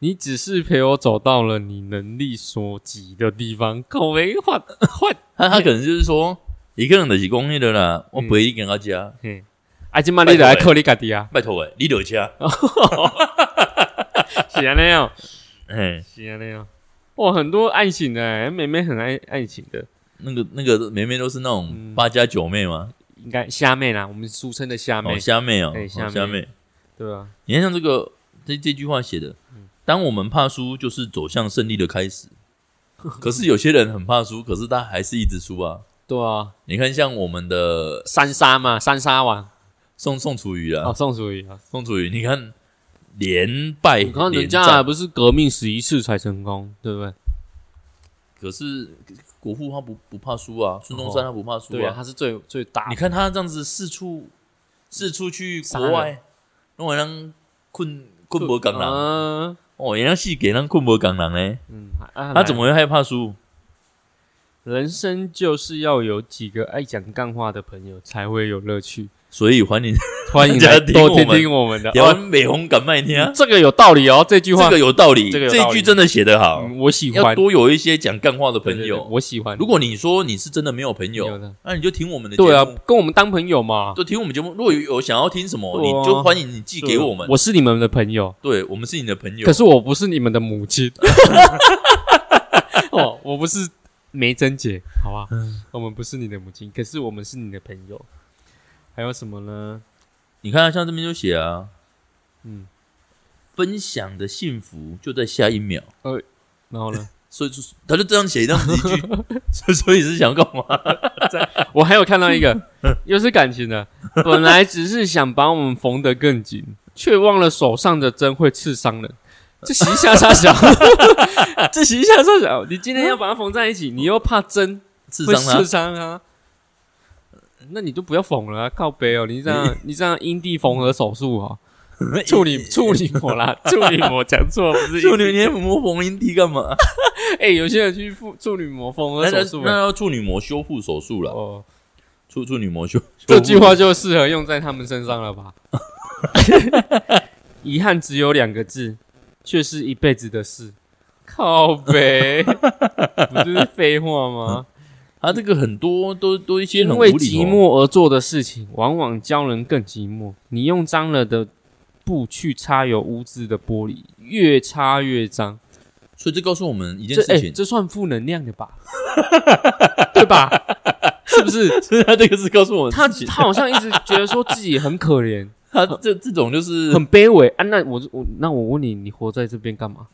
S2: 你只是陪我走到了你能力所及的地方。口没换换，
S1: 他他可能就是说，一个人就是讲迄个啦，我陪你跟到家，
S2: 嘿，啊，今嘛你就来靠你家己啊，
S1: 拜托诶，你落车，欸
S2: 是安尼样，
S1: 嘿。
S2: 是安尼样。哇，很多爱情的、欸，妹妹很爱爱情的，
S1: 那个那个梅梅都是那
S2: 嗯
S1: 种八加九妹吗？
S2: 应该虾妹啦，我们俗称的虾妹
S1: 哦，，虾妹哦，
S2: 对
S1: 哦
S2: 虾妹
S1: 虾妹。
S2: 对啊，
S1: 你看像这个这这句话写的，
S2: 嗯
S1: 当我们怕输，就是走向胜利的开 始。可是有些人很怕输，可是他还是一直输啊。
S2: 对啊，
S1: 你看，像我们的
S2: 三杀嘛，三杀王
S1: 宋宋楚瑜
S2: 哦，
S1: 啊，
S2: 宋楚瑜啊，
S1: 宋楚瑜，你看连败
S2: 你看人
S1: 连
S2: 家还
S1: 战，
S2: 不是革命十一次才成功，对不对？
S1: 可是国父他不不怕输啊，孙中山他不怕输
S2: 对啊，
S1: 啊。
S2: 他是最最大
S1: 你看他这样子四处四处去
S2: 杀
S1: 国
S2: 人
S1: 外，弄人让困困不港人。
S2: 啊，
S1: 哦，人家是给人困无港人呢，
S2: 嗯，啊
S1: 他怎么会害怕输？
S2: 人生就是要有几个爱讲干话的朋友才会有 乐趣？
S1: 所以还你
S2: 欢迎
S1: 大
S2: 来
S1: 家
S2: 多
S1: 听我
S2: 听
S1: 们
S2: 听我们的，
S1: 台湾
S2: 哦
S1: 美红敢卖听啊，
S2: 这个有道理哦，这句
S1: 这
S2: 话
S1: 个有道理，
S2: 这个有道理
S1: 这一句真的写得好，
S2: 嗯我喜
S1: 要
S2: 欢
S1: 多有一些讲干话的
S2: 对对
S1: 朋
S2: 对
S1: 友。
S2: 我喜欢。
S1: 如果你说你是真的没有朋
S2: 有
S1: 友
S2: 的，
S1: 那你就听我们的节目，
S2: 对啊，跟我们当朋友嘛，
S1: 就听我们节目。如果有有想要听什么，
S2: 对啊啊
S1: 你就欢迎你寄给我们，
S2: 我是你们的朋友，
S1: 对我们是你的朋友
S2: 可。是我不是你们的母亲。哦，我不是梅珍姐，好吧？我们不是你的母亲，可是我们是你的朋友。还有什么呢？
S1: 你看啊，像这边就写啊，
S2: 嗯，
S1: 分享的幸福就在下一秒，
S2: 然后呢，
S1: 所以就他就这样写这样子一 句，所以所以是想干嘛？
S2: 我还有看到一个，又是感情的，本来只是想把我们缝得更紧，却忘了手上的针会刺伤人。这洗一下沙小，这洗一下沙小，你今天要把它缝在一起，你又怕针
S1: 智
S2: 会
S1: 商啊
S2: 刺，伤啊。呃那你就不要缝了、啊，靠背哦！你这样，你这样因地缝合手术 哦，处女处女膜啦，处女 膜讲错不是
S1: 处女你磨缝阴蒂干嘛？
S2: 哎、有些人去妇处女膜缝合
S1: 那
S2: 手
S1: 那
S2: 术
S1: 那
S2: 欸
S1: 要处女膜修复手术了，
S2: 哦，
S1: 处处女膜修。
S2: 这
S1: 修复
S2: 句话就适合用在他们身上了 吧？遗憾只有两个字，却是一辈子的事。靠 北，不就是废话吗？
S1: 他这个很多都都一些很
S2: 因
S1: 无
S2: 为
S1: 厘头
S2: 寂寞而做的事情，往往教人更寂寞。你用脏了的布去擦有污渍的玻璃，越擦越脏。
S1: 所以这告诉我们一件
S2: 这哎、
S1: 事情，
S2: 这算负能量的吧？ 对吧？是不是？
S1: 所以他这个是告诉我们
S2: 他
S1: 事情
S2: 他好像一直觉得说自己很可怜，
S1: 他这这种就是
S2: 很卑微啊。那我我那我问你，你活在这边 干嘛？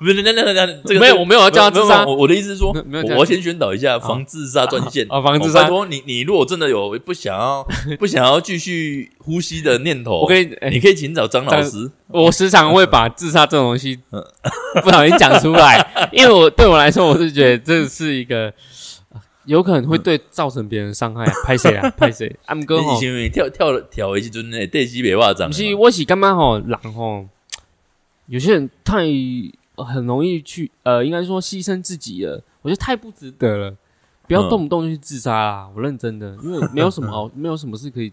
S1: 不是，那那那那这个
S2: 没有，我没有要叫他
S1: 没有
S2: 自
S1: 没
S2: 杀
S1: 有我我的意思是说，
S2: 没有没有
S1: 我
S2: 这
S1: 我
S2: 样
S1: 要先宣导一下防自杀专线
S2: 啊，防自
S1: 哦拜
S2: 杀。
S1: 托你，你如果真的有不想 要不想要继续呼吸的念头，
S2: 我跟你，哎
S1: 你可以请找张老师。
S2: 我时常会把自杀这种东西不小心讲出来，因为我对我来说，我是觉得这是一个呃有可能会对造成别人伤害，拍谁啊，拍谁？阿姆 哥
S1: 你
S2: 吼
S1: 以，前你跳跳跳一阵那对西北话长的
S2: 不是
S1: 嘛，
S2: 我是干嘛吼，人吼，有些人太呃很容易去呃，应该说牺牲自己了，我觉得太不值得了。不要
S1: 嗯
S2: 动不动就去自杀啦！我认真的，因为没有什么 好，没有什么是可以。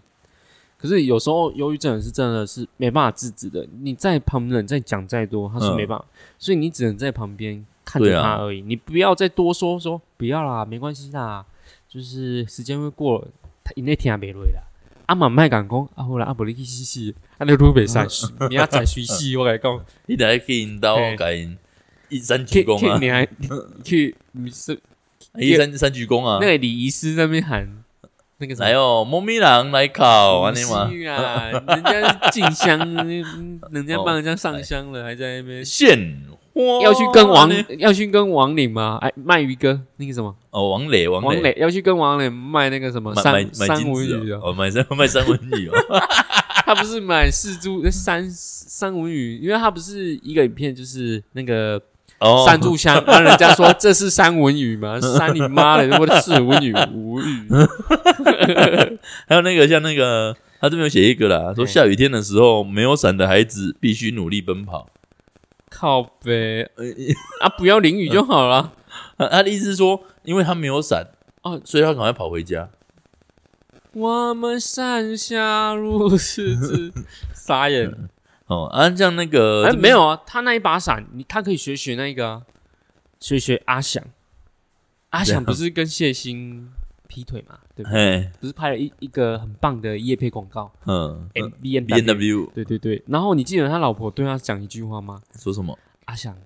S2: 可是有时候忧郁症人是真的是没办法制止的，你在旁人再讲再多，他是
S1: 嗯
S2: 没办法，所以你只能在旁边看
S1: 对
S2: 着
S1: 啊
S2: 他而已。你不要再多说说，不要啦，没关系啦，就是时间会过了，他因那听也袂累啦。阿妈麦讲讲，啊好啦，阿无你去试试，啊你路袂使，你要再水 死，我甲你讲，
S1: 你来可以引导
S2: 嘿
S1: 改一三鞠
S2: 去
S1: 躬
S2: 去
S1: 啊，
S2: 你还去你是
S1: 一三三鞠躬啊
S2: 那，个礼仪师在那边喊那个啥
S1: 来哦，猫咪狼来烤啊，你嘛，
S2: 是啊，人家是进香，人家帮人家上香了，还在那
S1: 哦
S2: 边
S1: 献花
S2: 要去跟王
S1: 呢
S2: 要去跟王岭吗？哎，卖鱼哥那个什么
S1: 哦王磊王
S2: 王磊要去跟王磊卖那个什么
S1: 买买
S2: 三
S1: 买
S2: 三
S1: 金
S2: 文
S1: 子
S2: 鱼
S1: 哦
S2: 啊？，
S1: 哦买三卖 三文鱼哦，
S2: 他不是买四株呃三三文鱼，因为他不是一个影片就是那个
S1: 哦
S2: 三 炷香，然后人家说这是三文鱼嘛，三你妈的，我的四文鱼无语。
S1: 还有那个像那个，他这边有写一个啦，说
S2: 对
S1: 下雨天的时候，没有伞的孩子必须努力奔跑。
S2: 靠呗
S1: 呃，
S2: 啊，不要淋雨就好了。
S1: 他啊他的意思是说，因为他没有伞
S2: 哦
S1: 所以他赶快跑回家。
S2: 我们山下如是 之，傻眼。
S1: 哦，啊，像那个
S2: 哎，
S1: 这边
S2: 没有啊，他那一把伞，你他可以学学那个啊，学学阿翔。阿
S1: 这
S2: 翔
S1: 样
S2: 不是跟谢欣劈腿嘛？对不对？
S1: 嘿，
S2: 不是拍了一一个很棒的夜配广告
S1: 嗯
S2: ，M B N
S1: ，B N W
S2: 对对对。然后你记得他老婆对他讲一句话吗？
S1: 说什么？
S2: 阿翔，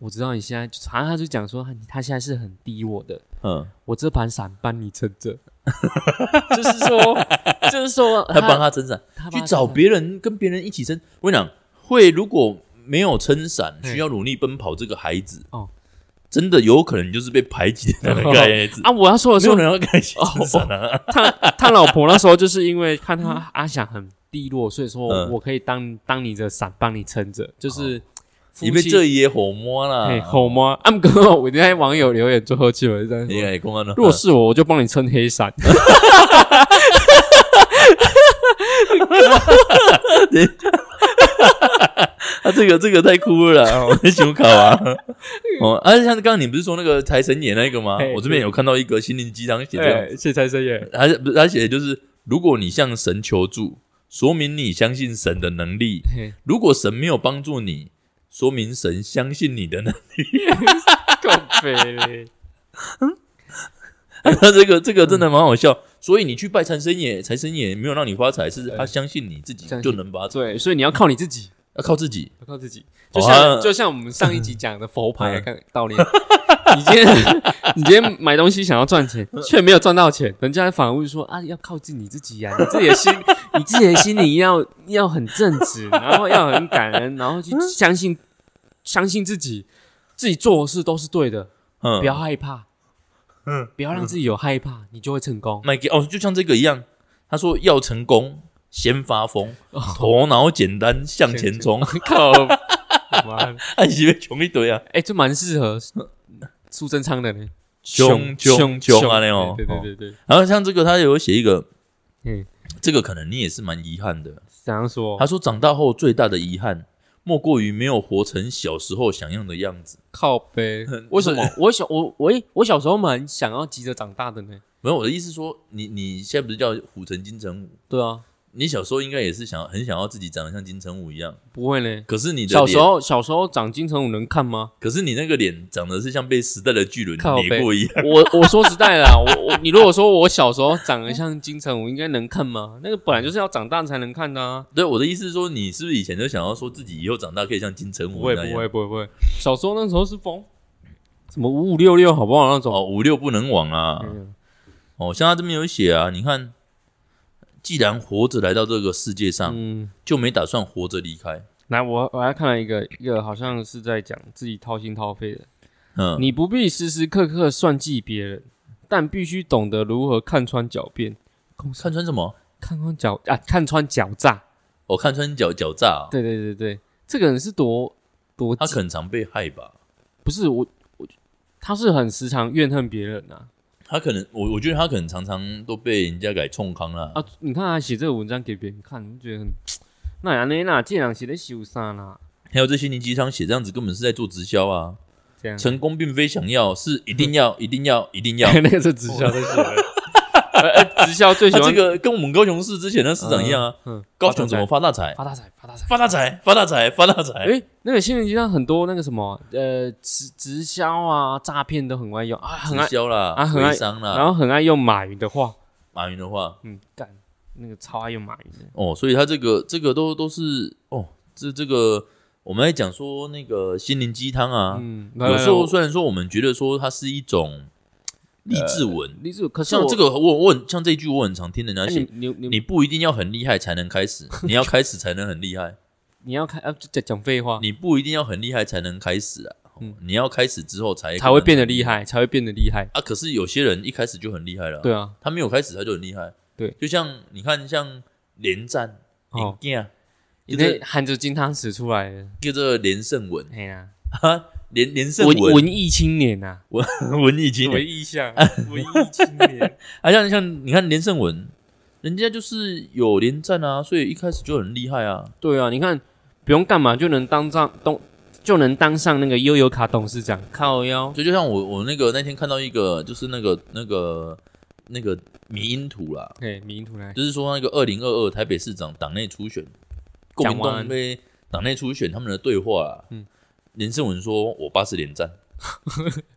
S2: 我知道你现在，反正他就讲说他他现在是很低我的，
S1: 嗯，
S2: 我这盘伞帮你撑 着，就是说，就是说，
S1: 他帮他撑伞，
S2: 他帮
S1: 去
S2: 他
S1: 找
S2: 撑
S1: 别人跟别人一起撑。我跟你讲，会如果没有撑伞，
S2: 嗯
S1: 需要努力奔跑，这个孩子
S2: 哦，
S1: 真的有可能就是被排挤的那个孩子。
S2: 啊！我要说的
S1: 没
S2: 是
S1: 有，人要开心撑伞啊，
S2: 他他老婆那时候就是因为看他阿翔很低落，所以说
S1: 嗯哦
S2: 我可以当当你的伞帮你撑着，就是夫
S1: 你被
S2: 妻
S1: 这哦也吼摸
S2: 嘿
S1: 啦，
S2: 好吗？俺们刚刚我今天网友留言最后气了，这样
S1: 你
S2: 说，
S1: 也公安了。
S2: 如果是我，我就帮你撑黑伞。
S1: 啊，这个这个太酷了啦，我很喜欢考啊。哦，而、啊、且像刚刚你不是说那个财神爷那个吗
S2: 嘿？
S1: 我这边有看到一个心灵鸡汤写的，
S2: 哎，谢财神爷，
S1: 他不是他写的就是，如果你向神求助，说明你相信神的能力；
S2: 嘿
S1: 如果神没有帮助你，说明神相信你的 能力。
S2: 够肥 嘞！
S1: 他这个这个真的蛮好笑。
S2: 嗯
S1: 所以你去拜财神爷，财神爷没有让你发财，是
S2: 哎
S1: 他相信你自己
S2: 相信
S1: 就能发财，
S2: 对，所以你要靠你自己。
S1: 要靠自己。
S2: 要靠自己，
S1: 哦
S2: 就
S1: 啊
S2: 像就像我们上一集讲的佛牌啊
S1: 嗯
S2: 看道理，你今天你今天买东西想要 赚钱，却没有赚到钱，人家反而会说啊，要靠近你自己啊呀、你自己 的心，你自己的心里要要很正直，然后要很感恩，然后去相信相信自己，自己做的事都是对的，
S1: 嗯，
S2: 不要害怕，嗯，不要让自己有害怕，你就会成 功。
S1: 麦给哦，就像这个一样，他说要成功先发疯，
S2: 哦
S1: 头脑简单向前 冲，
S2: 靠，妈的
S1: 按喜被穷一堆啊，
S2: 哎，这蛮适合苏贞昌的呢，
S1: 穷
S2: 穷
S1: 穷穷啊那
S2: 哦
S1: 种，
S2: 对对
S1: 哦
S2: 对对，
S1: 然后像这个，他有写一个，
S2: 嗯，
S1: 这个可能你也是蛮遗憾的。
S2: 怎样说？
S1: 他说，长大后最大的遗憾，莫过于没有活成小时候想要的样子。
S2: 靠背
S1: 嗯，
S2: 为什么？我小我我我小时候蛮想要急着长大的呢。
S1: 没有，我的意思是说，你你现在不是叫虎城金城武？
S2: 对啊，
S1: 你小时候应该也是想很想要自己长得像金城武一样，
S2: 不会呢。
S1: 可是你的
S2: 小时
S1: 脸，
S2: 候小时候长金城武能看吗？
S1: 可是你那个脸长得是像被时代的巨轮
S2: 靠
S1: 碾过一样，
S2: 我我说实在啦，我我你如果说我小时候长得像金城武，应该能看吗？那个本来就是要长大才能看的啊。
S1: 对，我的意思是说，你是不是以前就想要说自己以后长大可以像金城
S2: 不
S1: 武
S2: 会
S1: 那样？
S2: 不会不会不会，小时候那时候是疯，什么五五六六好不好那种？
S1: 哦，五六不能亡啊！
S2: 嗯
S1: 哦，像他这边有写啊，你看，既然活着来到这个世界上，
S2: 嗯，
S1: 就没打算活着离开。
S2: 来我我还看了一个一个好像是在讲自己掏心掏肺的，
S1: 嗯，
S2: 你不必时时刻刻算计别人，但必须懂得如何看穿狡辩。
S1: 看穿什么？
S2: 看穿狡啊，看穿狡诈。
S1: 我、看穿狡狡诈啊、
S2: 对对对对，这个人是多多
S1: 他可能常被害吧？
S2: 不是我我，他是很时常怨恨别人啊
S1: 他可能，我我觉得他可能常常都被人家给冲康啦。
S2: 啊！你看他写这个文章给别人看，你就觉得很那安内啦，这人写的羞啥啦？
S1: 还有这些年鸡汤写这样子，根本是在做直销啊！
S2: 这样
S1: 成功并非想要，是一定 要，一定要，一定要。
S2: 那个是直销在写 的，呃呃直销最喜
S1: 他这
S2: 欢
S1: 个跟我们高雄市之前的市长一样啊，
S2: 嗯，
S1: 高雄怎么发大财？
S2: 发大财发大财？
S1: 发大财，发大财，发大财！
S2: 哎，那个新闻机上很多那个什么呃直直销啊、诈骗都很爱用啊，很爱
S1: 直，销啦，
S2: 啊很爱
S1: 微商啦，
S2: 然后很爱用马云的话，
S1: 马云的话，
S2: 嗯，干那个超爱用马云的，
S1: 哦，所以他这个这个都都是哦，这这个我们在讲说那个心灵鸡汤啊，
S2: 嗯，
S1: 有时候
S2: 说
S1: 虽然说我们觉得说它是一种励志文，
S2: 例子，呃可是
S1: 像
S2: 我
S1: 这个我我很像这一句我很常听人家
S2: 哎
S1: 写，
S2: 你你
S1: 你
S2: 你
S1: 不一定要很厉害才能开始，你要开始才能很厉害，
S2: 你要看啊，就讲讲废话，
S1: 你不一定要很厉害才能开始啊，哦
S2: 嗯
S1: 你要开始之后才
S2: 才会变得厉害，才会变得厉害。
S1: 啊。可是有些人一开始就很厉害了，
S2: 对，啊，
S1: 他没有开始他就很厉害，
S2: 对，
S1: 就像你看像连战，
S2: 哦，
S1: 尹健
S2: 你
S1: 就
S2: 那
S1: 是
S2: 含着金汤匙出来的，
S1: 就这连胜文。
S2: 哎呀，
S1: 哈，连连胜
S2: 文
S1: 文
S2: 文艺青年呐，
S1: 文文艺青年，
S2: 艺向，文艺青 年，
S1: 啊，像像你看连胜文，人家就是有连战啊，所以一开始就很厉害啊。
S2: 对啊，你看不用干嘛就能当上东，就能当上那个悠游卡董事长，靠腰，
S1: 所以就像我我那个那天看到一个，就是那个那个那个迷因图啦，
S2: 哎，迷途来，
S1: 就是说那个二零二二台北市长党内初选，共民
S2: 蒋万安
S1: 党被党内初选他们的对话啦。
S2: 嗯
S1: 连胜文说：“我爸是连战。”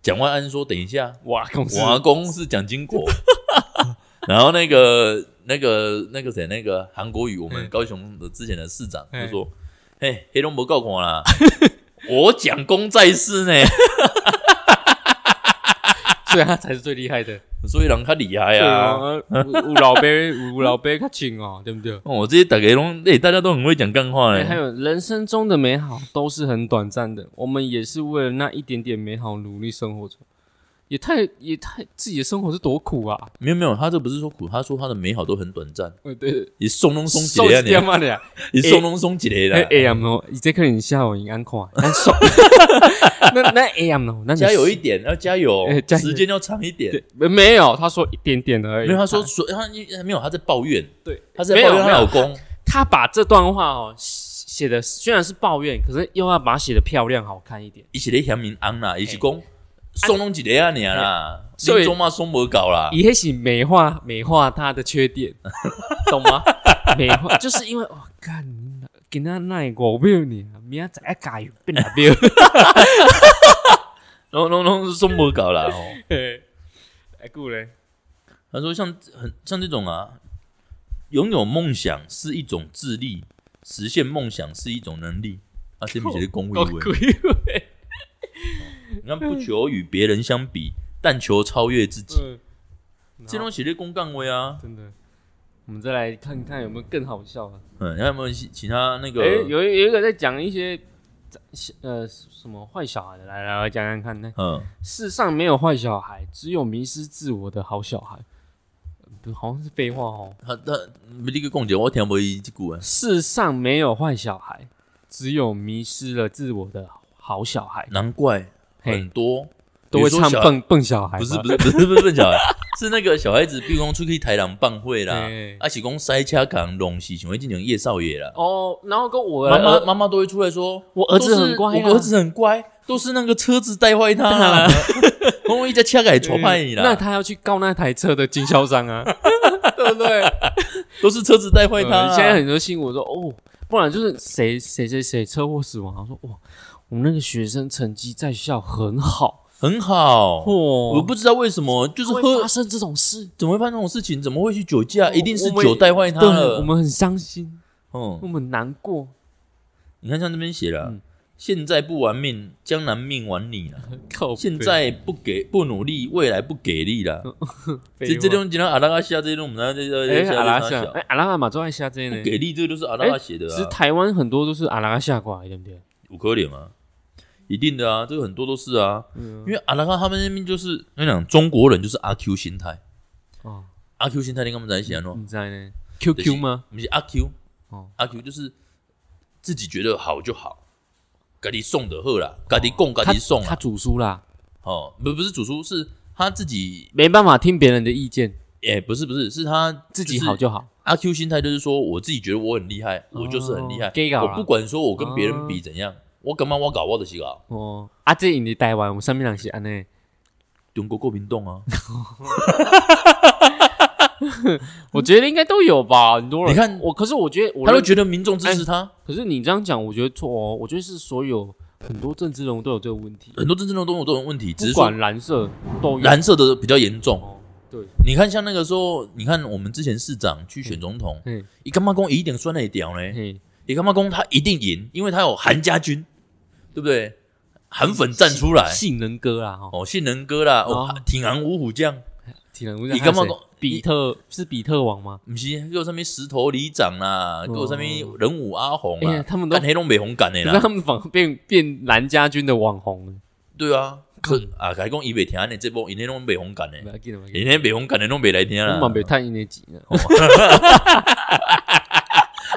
S1: 蒋万安说：“等一下，
S2: 哇，公司
S1: 我阿公是蒋经 国，然后那个那个那个谁，那个韩国瑜，我们
S2: 嗯
S1: 高雄的之前的市长就
S2: 嗯
S1: 说：“嘿，黑龙不告我啦， 我蒋公在世呢，
S2: 所以他才是最厉害的。
S1: 所以人较厉害
S2: 对
S1: 啊。
S2: 啊，有有老辈有老辈较请哦，对 不对？”
S1: 哦我这些大家拢，哎、大家都很会讲干话
S2: 哎、
S1: 呢。
S2: 还有人生中的美好都是很短暂的，我们也是为了那一点点美好努力生活着，也太也太自己的生活是多苦 啊！
S1: 没有没有，他这不是说苦，他说他的美好都很短暂，
S2: 呃，对，
S1: 也松隆松
S2: 受
S1: 几
S2: 一
S1: 雷
S2: 点
S1: 啊，
S2: 嘛的呀，
S1: 你啊也松隆松几雷
S2: 哎
S1: 啦。
S2: 哎呀没有，你这可能下午应安看， 那受，那那哎呀没有，那你
S1: 加油一点，要加油，
S2: 哎加油
S1: 时间要长一点。
S2: 对没没有，他说一点点而已，
S1: 没有，他说所他没有，他在抱怨，
S2: 对，
S1: 他是在抱
S2: 没
S1: 怨
S2: 有
S1: 她
S2: 没有
S1: 老公。
S2: 他把这段话哦写的虽然是抱怨，可是又要把它写的漂亮好看一点，
S1: 伊是咧嫌民翁啦，伊是讲送拢一个啊尔啦，
S2: 所以
S1: 你做嘛送无够啦，
S2: 也许美化美化他的缺 点，懂吗？美化就是因为我干，给他那五秒呢，明仔载加油变两秒。
S1: 拢拢拢是送无够啦吼。
S2: 哎，顾嘞，
S1: 他说像很像这种啊，拥有梦想是一种智力，实现梦想是一种能力。啊，这不是咧讲
S2: 够
S1: 维
S2: 贵
S1: 维，你看不求与别人相比，但求超越自己。
S2: 嗯，
S1: 这种系列公干位啊，
S2: 真的，我们再来看看有没有更好笑的。
S1: 嗯，还有没有其其他那个？
S2: 哎、有一有一个在讲一些呃什么坏小孩的，来来来讲讲看。那
S1: 嗯，
S2: 世上没有坏小孩，只有迷失自我的好小孩。呃不，好像是废话哦。
S1: 他他你个讲解我听不伊这句啊。
S2: 世上没有坏小孩，只有迷失了自我的好小孩。
S1: 难怪
S2: 嘿
S1: 很，多
S2: 都会唱
S1: 比如说小
S2: 笨笨小孩吧，
S1: 不是不啊是不是不是笨小孩，是那个小孩子，比如讲出去台南办会啦，
S2: 嘿
S1: 啊是讲塞车扛东西，想要进行叶少爷啦。
S2: 哦，然后跟我的
S1: 妈妈
S2: 儿
S1: 妈妈都会出来说，
S2: 我儿子很乖
S1: 都
S2: 啊
S1: 是我儿子很乖，都是那个车子带坏他啦，因为一家车给戳坏你啦，
S2: 那他要去告那台车的经销 商啊，对不对？
S1: 都是车子带坏他啦。
S2: 呃现在很多新闻说哦，不然就是谁谁谁谁车祸死亡，他说哇，我们那个学生成绩在校很好
S1: 很好，
S2: 哦，
S1: 我不知道为什么，就是
S2: 怎么会
S1: 喝
S2: 发生这种事，
S1: 怎么会发生这种事情？怎么会去酒驾？
S2: 我
S1: 一定是
S2: 我们
S1: 酒带坏他
S2: 对
S1: 了。，
S2: 我们很伤心，我
S1: 嗯，
S2: 们很难过，
S1: 你看像这边写了啊，
S2: 嗯
S1: 现在不玩命，将来命玩你了。
S2: 靠北，
S1: 现在不给不努力，未来不给力了。这这
S2: 种
S1: 种讲阿拉阿西亚这种，我们在这
S2: 哎
S1: 这
S2: 阿拉
S1: 这
S2: 夏
S1: 小
S2: 哎阿拉阿马都爱下这
S1: 不
S2: 呢，
S1: 给力，这个就是阿拉阿写的
S2: 其实
S1: 啊，
S2: 台湾很多都是阿拉夏过来，对不对？
S1: 五颗脸嘛，一定的啊，这个很多都是啊，因为阿拉阿他们那边就是跟你讲中国人就是阿 Q 心态，
S2: 哦，
S1: 阿 Q 心态你跟我们在一起啊喏，
S2: 你知道呢
S1: 就
S2: ？QQ
S1: 是
S2: 吗？
S1: 不是阿 Q，
S2: 哦
S1: 阿 Q 就是自己觉得好就好，家己送的好啦，家己供家己送啊
S2: 他
S1: 啦，
S2: 主书啦，
S1: 哦，不不是主厨是他自己，
S2: 没办法听别人的意见，
S1: 哎，不是不是，是他
S2: 自己好
S1: 是
S2: 就好。
S1: 阿 Q 心态就是说，我自己觉得我很厉害，我就是很厉害
S2: 哦，假搞啦
S1: 我不管说我跟别人比怎样，我干嘛我搞我的是搞，
S2: 哦，啊，这因伫台湾，有啥物人是安尼？
S1: 中国国民党啊！
S2: 我觉得应该都有吧，很多人。
S1: 你看
S2: 我，可是我觉得我
S1: 他
S2: 认，
S1: 都觉得民众支持他，
S2: 可是你这样讲，我觉得错哦。我觉得是所有很多政治人物都有这个问题，
S1: 很多政治人物都有这种问呃题，只
S2: 不
S1: 是说
S2: 管蓝色都有。
S1: 蓝色的比较严重。
S2: 哦，对，
S1: 你看像那个时候，你看我们之前市长去选总统，
S2: 嗯嘿，
S1: 你干嘛公一定酸了一屌呢？
S2: 嘿，
S1: 你干嘛公他一定赢，因为他有韩家军，对不对？韩粉站出来，
S2: 杏仁哥啦，哈，
S1: 哦，信仁哥啦，
S2: 哦
S1: 哦，挺韩五虎将，
S2: 体能
S1: 你干嘛讲
S2: 比特是比特王吗？
S1: 不是，啊给我上面石头里长啦，给我上面人武阿红
S2: 哦哎
S1: 啦
S2: 呀，，他们都
S1: 干，黑龙北红干的
S2: 让
S1: 啦，
S2: 他们反而变变蓝家军的网红了。
S1: 对啊，
S2: 嗯
S1: 可啊，改讲伊袂听呢，这波伊那拢北红干
S2: 不
S1: 的，
S2: 要紧不要
S1: 伊
S2: 紧
S1: 那北红干的拢袂来听
S2: 我
S1: 啦
S2: 嗯嘛。没探因的钱
S1: 哦
S2: 呢。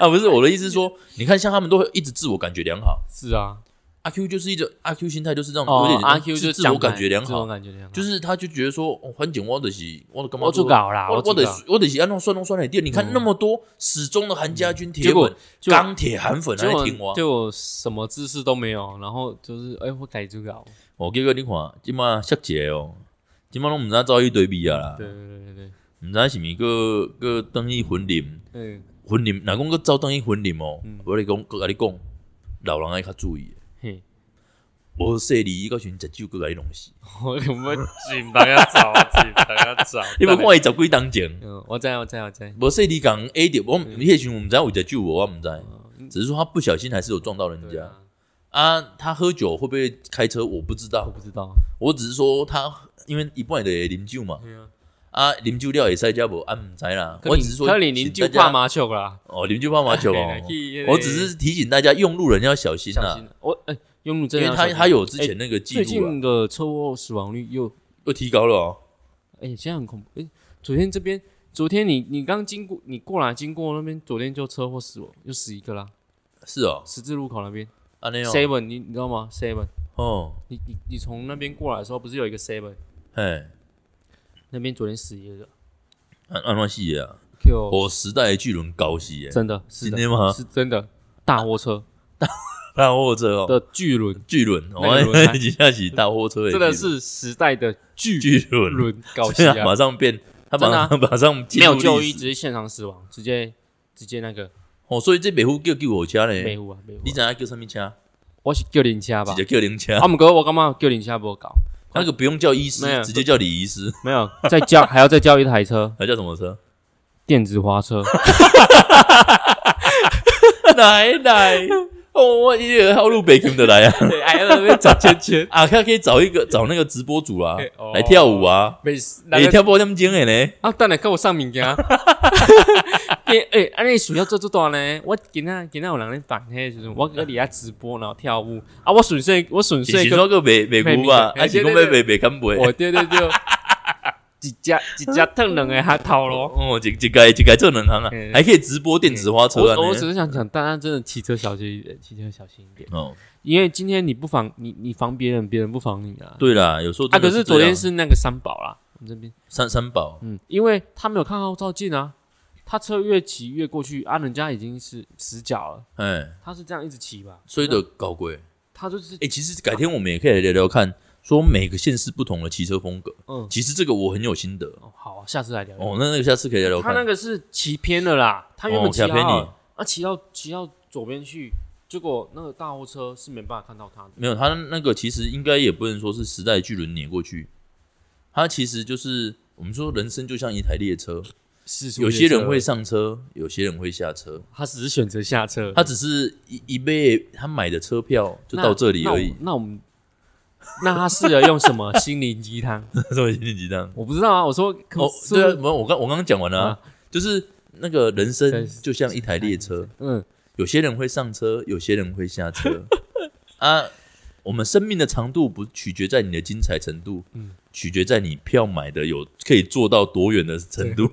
S1: 啊，不是我的意思是说，你看像他们都会一直自我感觉良好，
S2: 是啊，
S1: 阿 Q 就是一种阿 Q 心态，就是这种有
S2: 哦
S1: 点，
S2: 阿 Q 就
S1: 自自我
S2: 讲
S1: 感
S2: 来
S1: 觉良
S2: 自我
S1: 好，
S2: 感觉良好，
S1: 就是他就觉得说，哦，反正我的是我的干嘛
S2: 我
S1: 做
S2: 做搞啦，
S1: 我我
S2: 做
S1: 得
S2: 稿
S1: 我得是按弄算弄算来电，你看
S2: 嗯
S1: 那么多始终的韩家军铁
S2: 结果
S1: 粉、
S2: 就
S1: 钢铁韩粉
S2: 结
S1: 来
S2: 果
S1: 听我啊。
S2: 就我什么知识都没有，然后就是哎、我改这个哦，
S1: 哦，结果你看，即马色节哦，即马拢毋知影走去对比啊啦，
S2: 对对对对对，
S1: 毋知影是毋个个等去婚林，
S2: 嗯，
S1: 婚林若讲个走等去婚林哦
S2: 嗯，
S1: 我咧讲，佮你讲，老人爱较注意，
S2: 嘿，
S1: 无说你伊到时阵食酒佮你弄 死，
S2: 我有没有紧帮他找，紧帮他 找，
S1: 你无看伊十几当前，
S2: 嗯，我在我在我在，
S1: 无说你讲 A 着，我迄时阵我毋知影有食酒无，我毋知，
S2: 嗯，
S1: 只是说他不小心还是有撞到人
S2: 对
S1: 家
S2: 啊，
S1: 啊，他喝酒会不会开车我不知
S2: 我
S1: 道，
S2: 不知道，
S1: 我只是说他因为一般的啉酒嘛，
S2: 对啊，
S1: 啊，啉酒了会使食无，啊毋知啦，我只是说
S2: 可你您就怕麻将啦，
S1: 哦，邻居泡麻 酒哦
S2: 嘿。去那个
S1: 我只是提醒大家，用路人要小心
S2: 小
S1: 啊
S2: 心，，我哎，用路
S1: 因
S2: 真的
S1: 为
S2: 要
S1: 他
S2: 小心
S1: 他有之
S2: 哎
S1: 前那个记
S2: 最
S1: 录啊，
S2: 近的车祸死亡率又
S1: 又提高了哦。
S2: 哎、现在很恐怖。哎、昨天这边，昨天你你刚经过，你过来经过那边，昨天就车祸死亡，又死一个啦，
S1: 是哦，
S2: 十字路口那边
S1: 啊那样
S2: seven，你你知道吗？seven，
S1: 哦，
S2: 你你你从那边过来的时候，不是有一个 seven，
S1: 嘿，
S2: 那边昨天死一个
S1: 安安乱戏啊，
S2: Q，哦
S1: 我时代的巨轮高戏耶，
S2: 真的是
S1: 今
S2: 的，
S1: 天吗？
S2: 是真的大货车
S1: 大货车哦，
S2: 的巨轮，
S1: 巨轮，哦
S2: 那
S1: 我
S2: 个 轮胎
S1: 几下起大货车，
S2: 真的是时代的巨
S1: 巨轮，
S2: 轮 搞
S1: 对
S2: 笑
S1: 啊，马
S2: 啊，
S1: 上变，他
S2: 真的
S1: 马
S2: 啊
S1: 上马上 进
S2: 没有
S1: 入
S2: 就
S1: 历
S2: 医，
S1: 史
S2: 直接现场死亡，直接直接那个
S1: 哦，所以这北户叫救护车
S2: 美
S1: 嘞，
S2: 湖啊美湖
S1: 哎你，知道叫什么车？
S2: 我是叫零车吧
S1: 直接，叫灵车
S2: 啊，，姆哥我干嘛叫零车不搞？
S1: 那个不用叫医师
S2: 没，有
S1: 直接叫李医师，
S2: 没有，再叫 还要再叫一台车，
S1: 还叫什么车？
S2: 电子花车，
S1: 奶奶，哦，我一个套路北 Kim 的来啊，
S2: 对，哎还要在那边 找圈圈
S1: 啊，他可以找一个找那个直播主啊
S2: 哎哦，
S1: 来跳舞啊，
S2: 没事。
S1: 哎，跳波他们经的呢，
S2: 啊，等下跟我上物 件。诶诶，哎安尼想要做这段呢？我今仔今仔有人咧办迄就是我搁伫遐直播，然后跳舞啊，我顺便我顺
S1: 是
S2: 便
S1: 说个北北姑吧，
S2: 哎
S1: 还啊是
S2: 对
S1: 讲
S2: 对
S1: 北北北干杯，
S2: 我 对对对，一只一只烫两个哈头咯。
S1: 哦，这这个这个这能行啊
S2: 哎，
S1: 还可以直播电子花车啊，
S2: 我我
S1: 呢
S2: 只是想讲，大家真的骑车小心一点，骑车小心一点，
S1: 哦，
S2: 因为今天你不防你你防别人，别人不防你啊。
S1: 对啦，有时候
S2: 啊，
S1: 真的
S2: 可是昨
S1: 这
S2: 天
S1: 样
S2: 是那个三宝啦，我们这边。
S1: 三三宝，
S2: 嗯，因为他没有看后照镜啊，他车越骑越过去啊，人家已经是死角了，
S1: 哎，
S2: 他是这样一直骑吧，
S1: 所以的搞鬼。
S2: 他就是
S1: 哎、其实改天我们也可以来聊聊看，说每个县市不同的骑车风格。
S2: 嗯，
S1: 其实这个我很有心得
S2: 哦好啊，下次来聊聊。
S1: 哦，那那个下次可以聊聊
S2: 他
S1: 看。
S2: 那个是骑偏了啦，他原本
S1: 哦
S2: 骑
S1: 小
S2: 好
S1: 偏
S2: 好
S1: 你
S2: 的，啊骑到骑到左边去，结果那个大货车是没办法看到他的。
S1: 没有，他那个其实应该也不能说是时代巨轮碾过去，他其实就是我们说人生就像一台列车，
S2: 是
S1: 有些人会，上车，有些人会下车，
S2: 他只是选择下车，
S1: 他只是一一辈他买的车票就到这里而已。
S2: 那那我们那他适合用什么心灵鸡汤？
S1: 这么心灵鸡 汤
S2: 我不知道啊，我说可
S1: 哦，
S2: 是
S1: 对
S2: 不
S1: 啊，
S2: 是
S1: 没有，我刚我刚刚讲完了啊、就是那个人生就像一台列车，
S2: 嗯，
S1: 有些人会上车，有些人会下 车啊。我们生命的长度不取决在你的精彩程度，
S2: 嗯
S1: 取决在你票买的有可以做到多远的程度。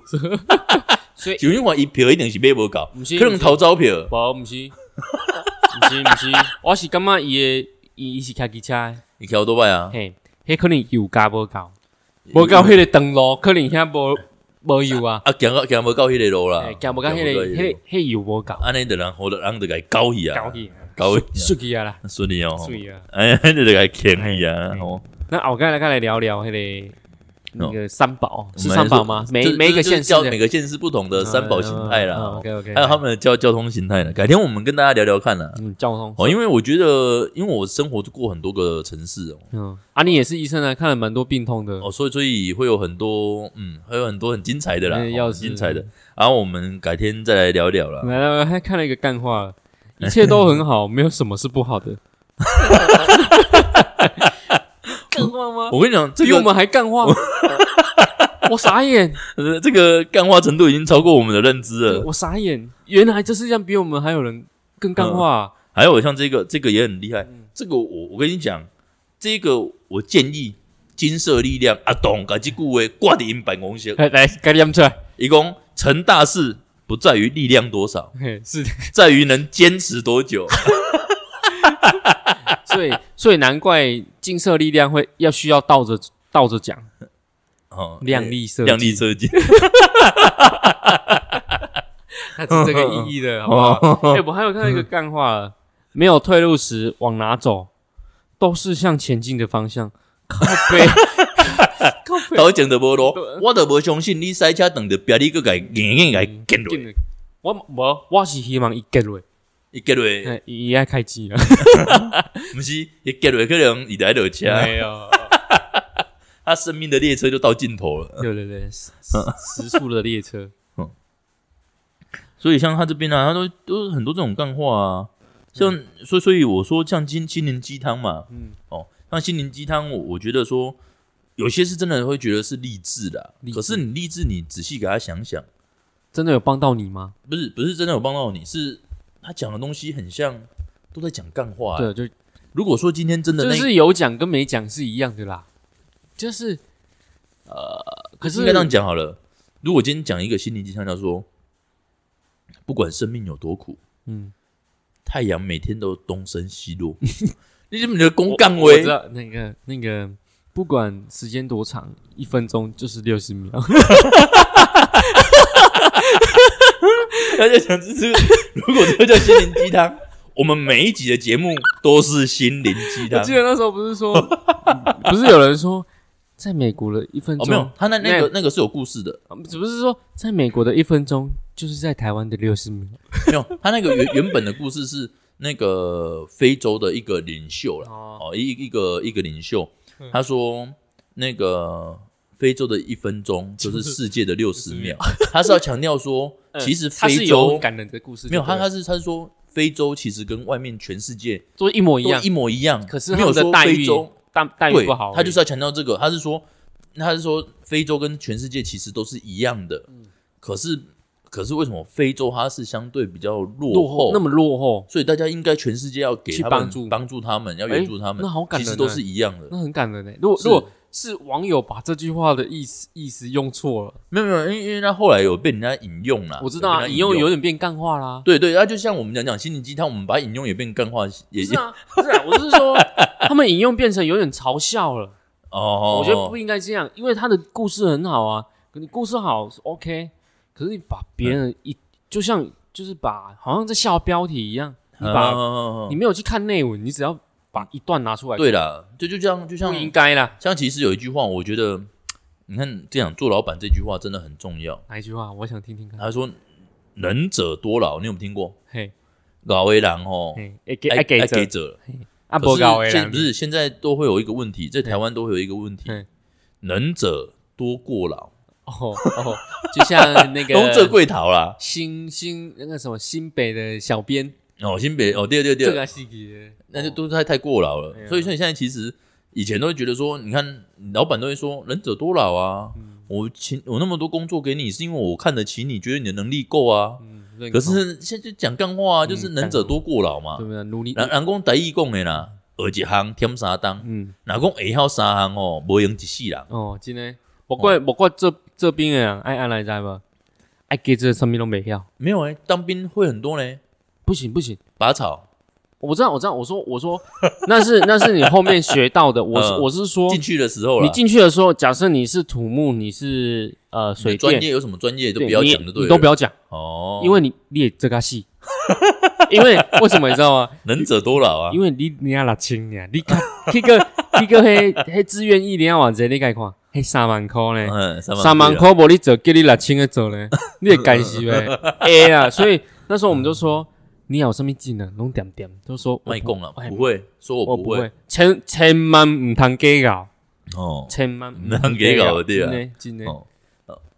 S2: 所以
S1: 九运华一票一定是买不搞，
S2: 不是
S1: 可能逃招票。
S2: 无，毋是，毋是，毋是，我是感觉伊诶，伊伊是开机车的，
S1: 你开多拜啊？
S2: 嘿，迄可能油加无够，无够迄个长路，可能遐无无油啊，
S1: 啊，行到行无到迄个路啦啊
S2: 嘿，行无到迄个迄个迄油无够，
S1: 安尼的人，好的人就该搞去啊
S2: 搞，去，
S1: 搞去
S2: 出去啊啦，
S1: 啊，顺利哦。
S2: 水啊！
S1: 哎，你就该欠去啊！
S2: 嗯
S1: 哦，
S2: 那后盖来看来聊聊迄个那个三宝
S1: 我
S2: 是
S1: 们
S2: 三宝
S1: 说
S2: 吗？
S1: 这
S2: 每
S1: 这
S2: 每一个
S1: 这就是
S2: 县市
S1: 叫
S2: 的嗯
S1: 每个县市不同的三宝形态啦。哦
S2: OK OK，
S1: 还有他们的交交通形态呢。改天我们跟大家聊聊看啦。
S2: 嗯交通
S1: 哦，因为我觉得，因为我生活过很多个城市哦，
S2: 嗯，啊你也是医生啊，看了蛮多病痛的，
S1: 哦，所以所以会有很多，嗯，会有很多很精彩的啦，
S2: 嗯
S1: 哦
S2: 要
S1: 很
S2: 是嗯
S1: 精彩的。然后我们改天再来聊一聊啦。
S2: 来来来，还看了一个干话了，一切都很好，没有什么是不好的。 干话 吗？
S1: 我跟你讲，这
S2: 比我
S1: 个
S2: 们还干话，我傻 眼，
S1: 呃这个干化程度已经超过我们的认知了。
S2: 我傻眼，原来这世界上比我们还有人更干话。
S1: 还有像这个，这个也很厉害。
S2: 嗯
S1: 这个我我跟你讲，这个我建议金色力量阿董把这句话挂在因办公室，
S2: 嗯来来，该念出来。
S1: 一共成大事不在于力量多少，
S2: 嘿是，
S1: 在于能坚持多久。
S2: 所以所以难怪金色力量会要需要倒着倒着讲，
S1: 哦，
S2: 亮丽设计
S1: 亮丽设计，
S2: 它是这个意义的，好不
S1: 哦
S2: 好？哎，我还有看到一
S1: 嗯
S2: 个干话了，没有退路时往哪走，都是向前进的方向。靠 背，靠背，
S1: 头前的无路
S2: 对，啊
S1: 我都无相信你塞车等着别你个改硬硬改跟
S2: 嗯
S1: 落，
S2: 我无，我是希望伊结哎落，
S1: 伊结落，
S2: 嘿伊爱开机啊。
S1: 不是伊结落可能伊来落车，
S2: 有，
S1: 啊他生命的列车就到尽头了。
S2: 对对 对，时
S1: 嗯
S2: 时速的列车，
S1: 所以像他这边啊，他都都是很多这种干话啊，像所以所以我说像心心灵鸡汤嘛，
S2: 嗯，
S1: 哦，像心灵鸡汤，我我觉得说有些是真的会觉得是励志的啊
S2: 励，志
S1: 可是你励志，你仔细给他想想，
S2: 真的有帮到你吗？
S1: 不是不是真的有帮到你，是他讲的东西很像都在讲干话、欸。
S2: 对，就
S1: 如果说今天真的
S2: 就
S1: 那，
S2: 是有讲跟没讲是一样的啦，就是呃，可是
S1: 应该这样讲好了。如果今天讲一个心灵鸡汤，叫做不管生命有多苦，
S2: 嗯，
S1: 太阳每天都东升西 落，你怎么觉得公干
S2: 我
S1: 威
S2: 知？道那个那个，不管时间多长，一分钟就是六十秒，
S1: 他就想，这 是如果这叫心灵鸡汤，我们每一集的节目都是心灵鸡
S2: 我
S1: 汤
S2: 记。得那时候不是 说，不是有人说，在美国的一分
S1: 哦，
S2: 钟、
S1: 没有，他那那
S2: 那
S1: 个那个是有故事的，
S2: 啊只不是说在美国的一分钟就是在台湾的六十秒
S1: 没有，他那个原原本的故事是那个非洲的一个领袖啦，
S2: 哦，
S1: 哦，一一个一个领袖
S2: 嗯，
S1: 他说那个非洲的一分钟就是世界 的六十秒，他是要强调说，
S2: 嗯
S1: 其实
S2: 它
S1: 非
S2: 是有很
S1: 洲
S2: 感人的故事
S1: 没
S2: 就对
S1: 有
S2: 了，
S1: 他他是他是说非洲其实跟外面全世界
S2: 都一
S1: 都
S2: 模一样
S1: 一，模一样，
S2: 可是
S1: 没
S2: 他
S1: 有
S2: 们的
S1: 说
S2: 待
S1: 非
S2: 遇
S1: 洲
S2: 待待遇
S1: 对
S2: 不好而已，
S1: 他就是要强调这个，他是说他是说非洲跟全世界其实都是一样的，
S2: 嗯
S1: 可是可是为什么非洲它是相对比较落
S2: 落后那么落后，
S1: 所以大家应该全世界要给
S2: 去
S1: 他们
S2: 帮助
S1: 帮助他们，要援助他们，
S2: 那好感人
S1: 其实都
S2: 欸
S1: 是一样的。
S2: 那很感人欸呢。如果
S1: 是
S2: 如果是网友把这句话的意思意思用错了，
S1: 没有没有，因为因为他后来有被人家引用啦，
S2: 我知道啊，
S1: 被
S2: 引
S1: 人家
S2: 用
S1: 引
S2: 有点变干话啦。
S1: 对对，他就像我们讲讲心灵鸡汤，我们把引用也变干话，也
S2: 不是啊，不是啊，我是说他们引用变成有点嘲笑了。
S1: 哦，
S2: 我觉得不应该这样，因为他的故事很好啊，可你故事好是 OK，可是你把别
S1: 嗯
S2: 人一、就像就是把好像在下标题一样，你把、
S1: 啊
S2: 你没有去看内文，你只要把一段拿出来，，
S1: 对啦，就就像就像
S2: 不应该啦。
S1: 像其实有一句话，我觉得你看这样做老板这句话真的很重要。
S2: 哪一句话？我想听听看。
S1: 他说“能者多劳”，你有没有听过？
S2: 嘿，
S1: 老为狼哦，
S2: 嘿，哎给
S1: 爱
S2: 哎给
S1: 给
S2: 这
S1: 者，
S2: 啊不搞
S1: 可
S2: 哎
S1: 是，现不是现在都会有一个问题，在台湾都会有一个问题
S2: 嗯，
S1: 能者多过劳，
S2: 哦 哦，就像那
S1: 能者
S2: 个
S1: 贵逃啦。
S2: 新新那个什么新北的小编，
S1: 哦，新北哦，对对
S2: 这
S1: 对，
S2: 个细节，
S1: 那就都太太过劳
S2: 哎
S1: 了。
S2: 呀
S1: 所以说你现在其实以前都会觉得说，你看老板都会说能者多劳啊，
S2: 嗯
S1: 我请我那么多工作给你，是因为我看得起你，觉得你的能力够啊。
S2: 嗯，认
S1: 可
S2: 同
S1: 是现在就讲干话啊，就是能者多过劳嘛
S2: 对。不对？努力，
S1: 人人讲台语讲的啦，学一行添三当，
S2: 嗯。
S1: 若讲会晓三行哦，无用一世人。
S2: 哦，真的，不过不过这这边的人哎爱安来知无？哎爱给这上面都没要，
S1: 没有诶、当兵会很多呢，
S2: 不行不行，
S1: 拔草
S2: 我知道我知道，我说我 说那是那是你后面学到的，我是
S1: 嗯
S2: 我是说
S1: 进去的时候啦
S2: 你呃进去的时候，假设你是土木，你是呃
S1: 你
S2: 水
S1: 专
S2: 电，
S1: 业有什么专业都
S2: 对
S1: 不要
S2: 你
S1: 讲的，对了
S2: 你都不要讲，
S1: 哦，
S2: 因为你你也这个 戏，因为为什么你知道吗？
S1: 能者多劳啊
S2: 因。为你你要六千呀，你看去个去个黑黑志愿意你要偌济，你该看黑三万块呢。
S1: 嗯，三
S2: 三万块无你做，叫你六千个做呢， 你会干死呗？ 会啊！所以那时候我们就说，你有什么技能，拢点点，就说我
S1: 卖
S2: 不，
S1: 供了，
S2: 我
S1: 不会说我
S2: 我
S1: 不
S2: 不
S1: 会
S2: 会，千千万唔通计较，
S1: 哦。
S2: 千万
S1: 唔通计较对啊
S2: 真的真的
S1: 哦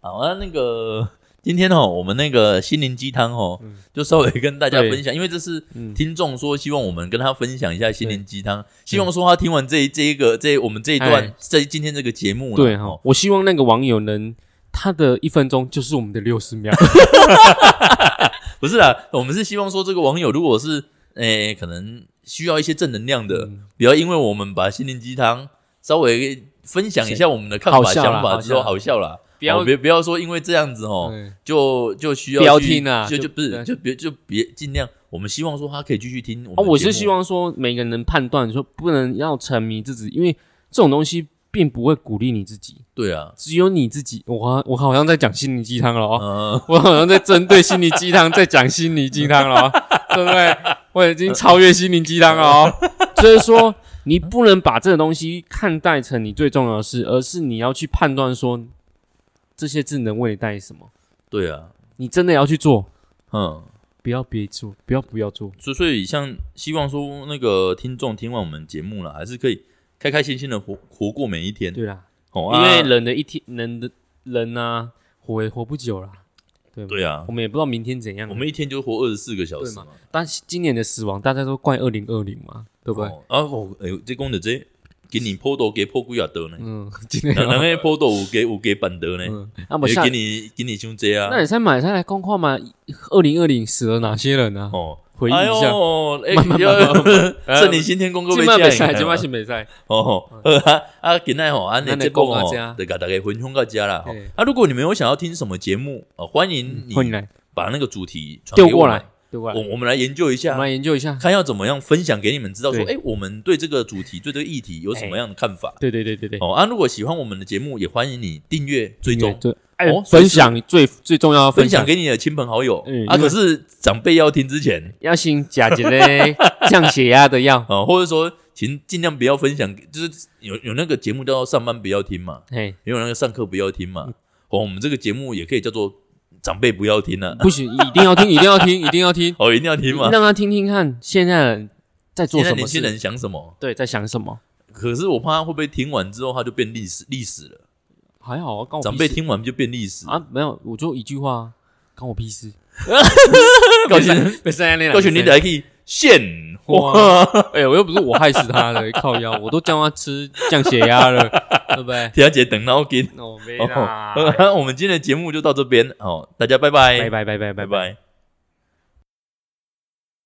S1: 好啊，那个今天哦，我们那个心灵鸡汤哦，就稍微跟大家
S2: 嗯对
S1: 分享，因为这是
S2: 嗯
S1: 听众说希望我们跟他分享一下心灵鸡汤，希望说他听完这一这一个这我们这一段
S2: 哎
S1: 这今天这个节目啦
S2: 对哈
S1: 哦，，
S2: 我希望那个网友能，他的一分钟就是我们的六十 秒，
S1: 不是啦，我们是希望说这个网友如果是诶、可能需要一些正能量的，
S2: 嗯
S1: 不要因为我们把心灵鸡汤稍微分享一下我们的看
S2: 好
S1: 法
S2: 笑啦
S1: 想
S2: 好
S1: 法
S2: 笑
S1: 之后好笑啦，
S2: 不要
S1: 哦别不要说因为这样子哦，
S2: 嗯
S1: 就就需要
S2: 不要
S1: 去
S2: 听啊
S1: 就
S2: 就
S1: 就不是
S2: 对
S1: 就别就别尽量，我们希望说他可以继续听我
S2: 啊，
S1: 们的
S2: 我
S1: 节
S2: 是
S1: 目
S2: 希望说每个人能判断，说不能要沉迷自己，因为这种东西并不会鼓励你自己，
S1: 对啊，
S2: 只有你自己。我好我好像在讲心灵鸡汤了哦。
S1: 嗯，
S2: 我好像在针对心灵鸡汤在讲心灵鸡汤了、 哦，对不对？我已经超越心灵鸡汤了哦。就是说，你不能把这个东西看待成你最重要的事，而是你要去判断说这些字能为你带来什么。
S1: 对啊，
S2: 你真的要去做，
S1: 嗯，
S2: 不要别做，不要不要做。
S1: 所以所以像希望说那个听众听完我们节目了，还是可以开开心心的活活过每一天，
S2: 对啦，
S1: 哦，
S2: 因
S1: 啊
S2: 为人的一天，人的人呐、活也活不久啦。对，
S1: 对啊
S2: 我，们也不知道明天怎样。
S1: 我们一天就活二十四个小时
S2: 对嘛
S1: 嘛，
S2: 但是今年的死亡，大家都怪二零二零嘛，对不对？
S1: 哦啊，我哎呦，这公的这给你坡豆给破几啊得呢，
S2: 嗯，今年
S1: 然后那坡豆有给有给板得呢，哎
S2: 嗯，那么
S1: 也
S2: 下
S1: 给你给你胸这啊
S2: 那，你再买下来看看嘛，二零二零死了哪些人啊？
S1: 哦，
S2: 回忆
S1: 哎
S2: 一下，
S1: 呦，哎
S2: 慢慢慢慢慢慢
S1: 要，这你新天公哥被吓
S2: 麦比
S1: 一跳
S2: 赛，今麦是比赛，
S1: 哦， 呃啊啊，今天吼，安尼
S2: 咱就
S1: 节目
S2: 讲到
S1: 吼
S2: 这，啊
S1: 就给大家分享到这啦。吼
S2: 对
S1: 啊，如果你们有想要听什么节目，呃，欢迎你
S2: 欢迎来
S1: 把那个主题传
S2: 丢
S1: 给我
S2: 过
S1: 们
S2: 来，，丢过来，
S1: 我我们来研究一
S2: 我们
S1: 下，
S2: 来研究一下。
S1: 看要怎么样分享给你们知道，说，
S2: 对
S1: 哎，我们对这个主题、对这个议题有什么样的看法？
S2: 对对对对对，
S1: 哦啊，如果喜欢我们的节目，也欢迎你订阅、追
S2: 对
S1: 踪、
S2: 对，哎
S1: 哦，所以
S2: 分
S1: 是
S2: 享最最重要的
S1: 分
S2: 享
S1: 享，给你的亲朋好友
S2: 嗯
S1: 啊。
S2: 因为
S1: 可是长辈要听之前，
S2: 要先加一 个降血压的药，
S1: 啊，或者说，请尽量不要分享给，就是有有那个节目叫做“上班不要听”嘛，
S2: 哎，
S1: 因为那个上课不要听
S2: 嗯
S1: 嘛。哦，我们这个节目也可以叫做长辈不要听了、
S2: 不行，一定要听，一定要听，一定要听，
S1: 哦，一定要听嘛。
S2: 让他听听看现在人在做
S1: 现在
S2: 什
S1: 年
S2: 么
S1: 轻
S2: 事，
S1: 人想什么？
S2: 对，在想什么。
S1: 可是我怕他会不会听完之后他就变历史历史了？
S2: 还好啊，关我
S1: 长
S2: 屁
S1: 辈
S2: 事啊
S1: 听完就变历史
S2: 啊，没有，我就一句话，关我屁事。
S1: 高兴
S2: 被三那
S1: 高兴，你得去现 货，
S2: 哇！哎、我又不是我害死他的，靠腰，我都叫他吃降血压了，对不对？
S1: 调姐等脑筋。
S2: 那我没
S1: 哦，我们今天的节目就到这边哦，大家拜拜，
S2: 拜拜拜拜
S1: 拜
S2: 拜拜。
S1: 拜。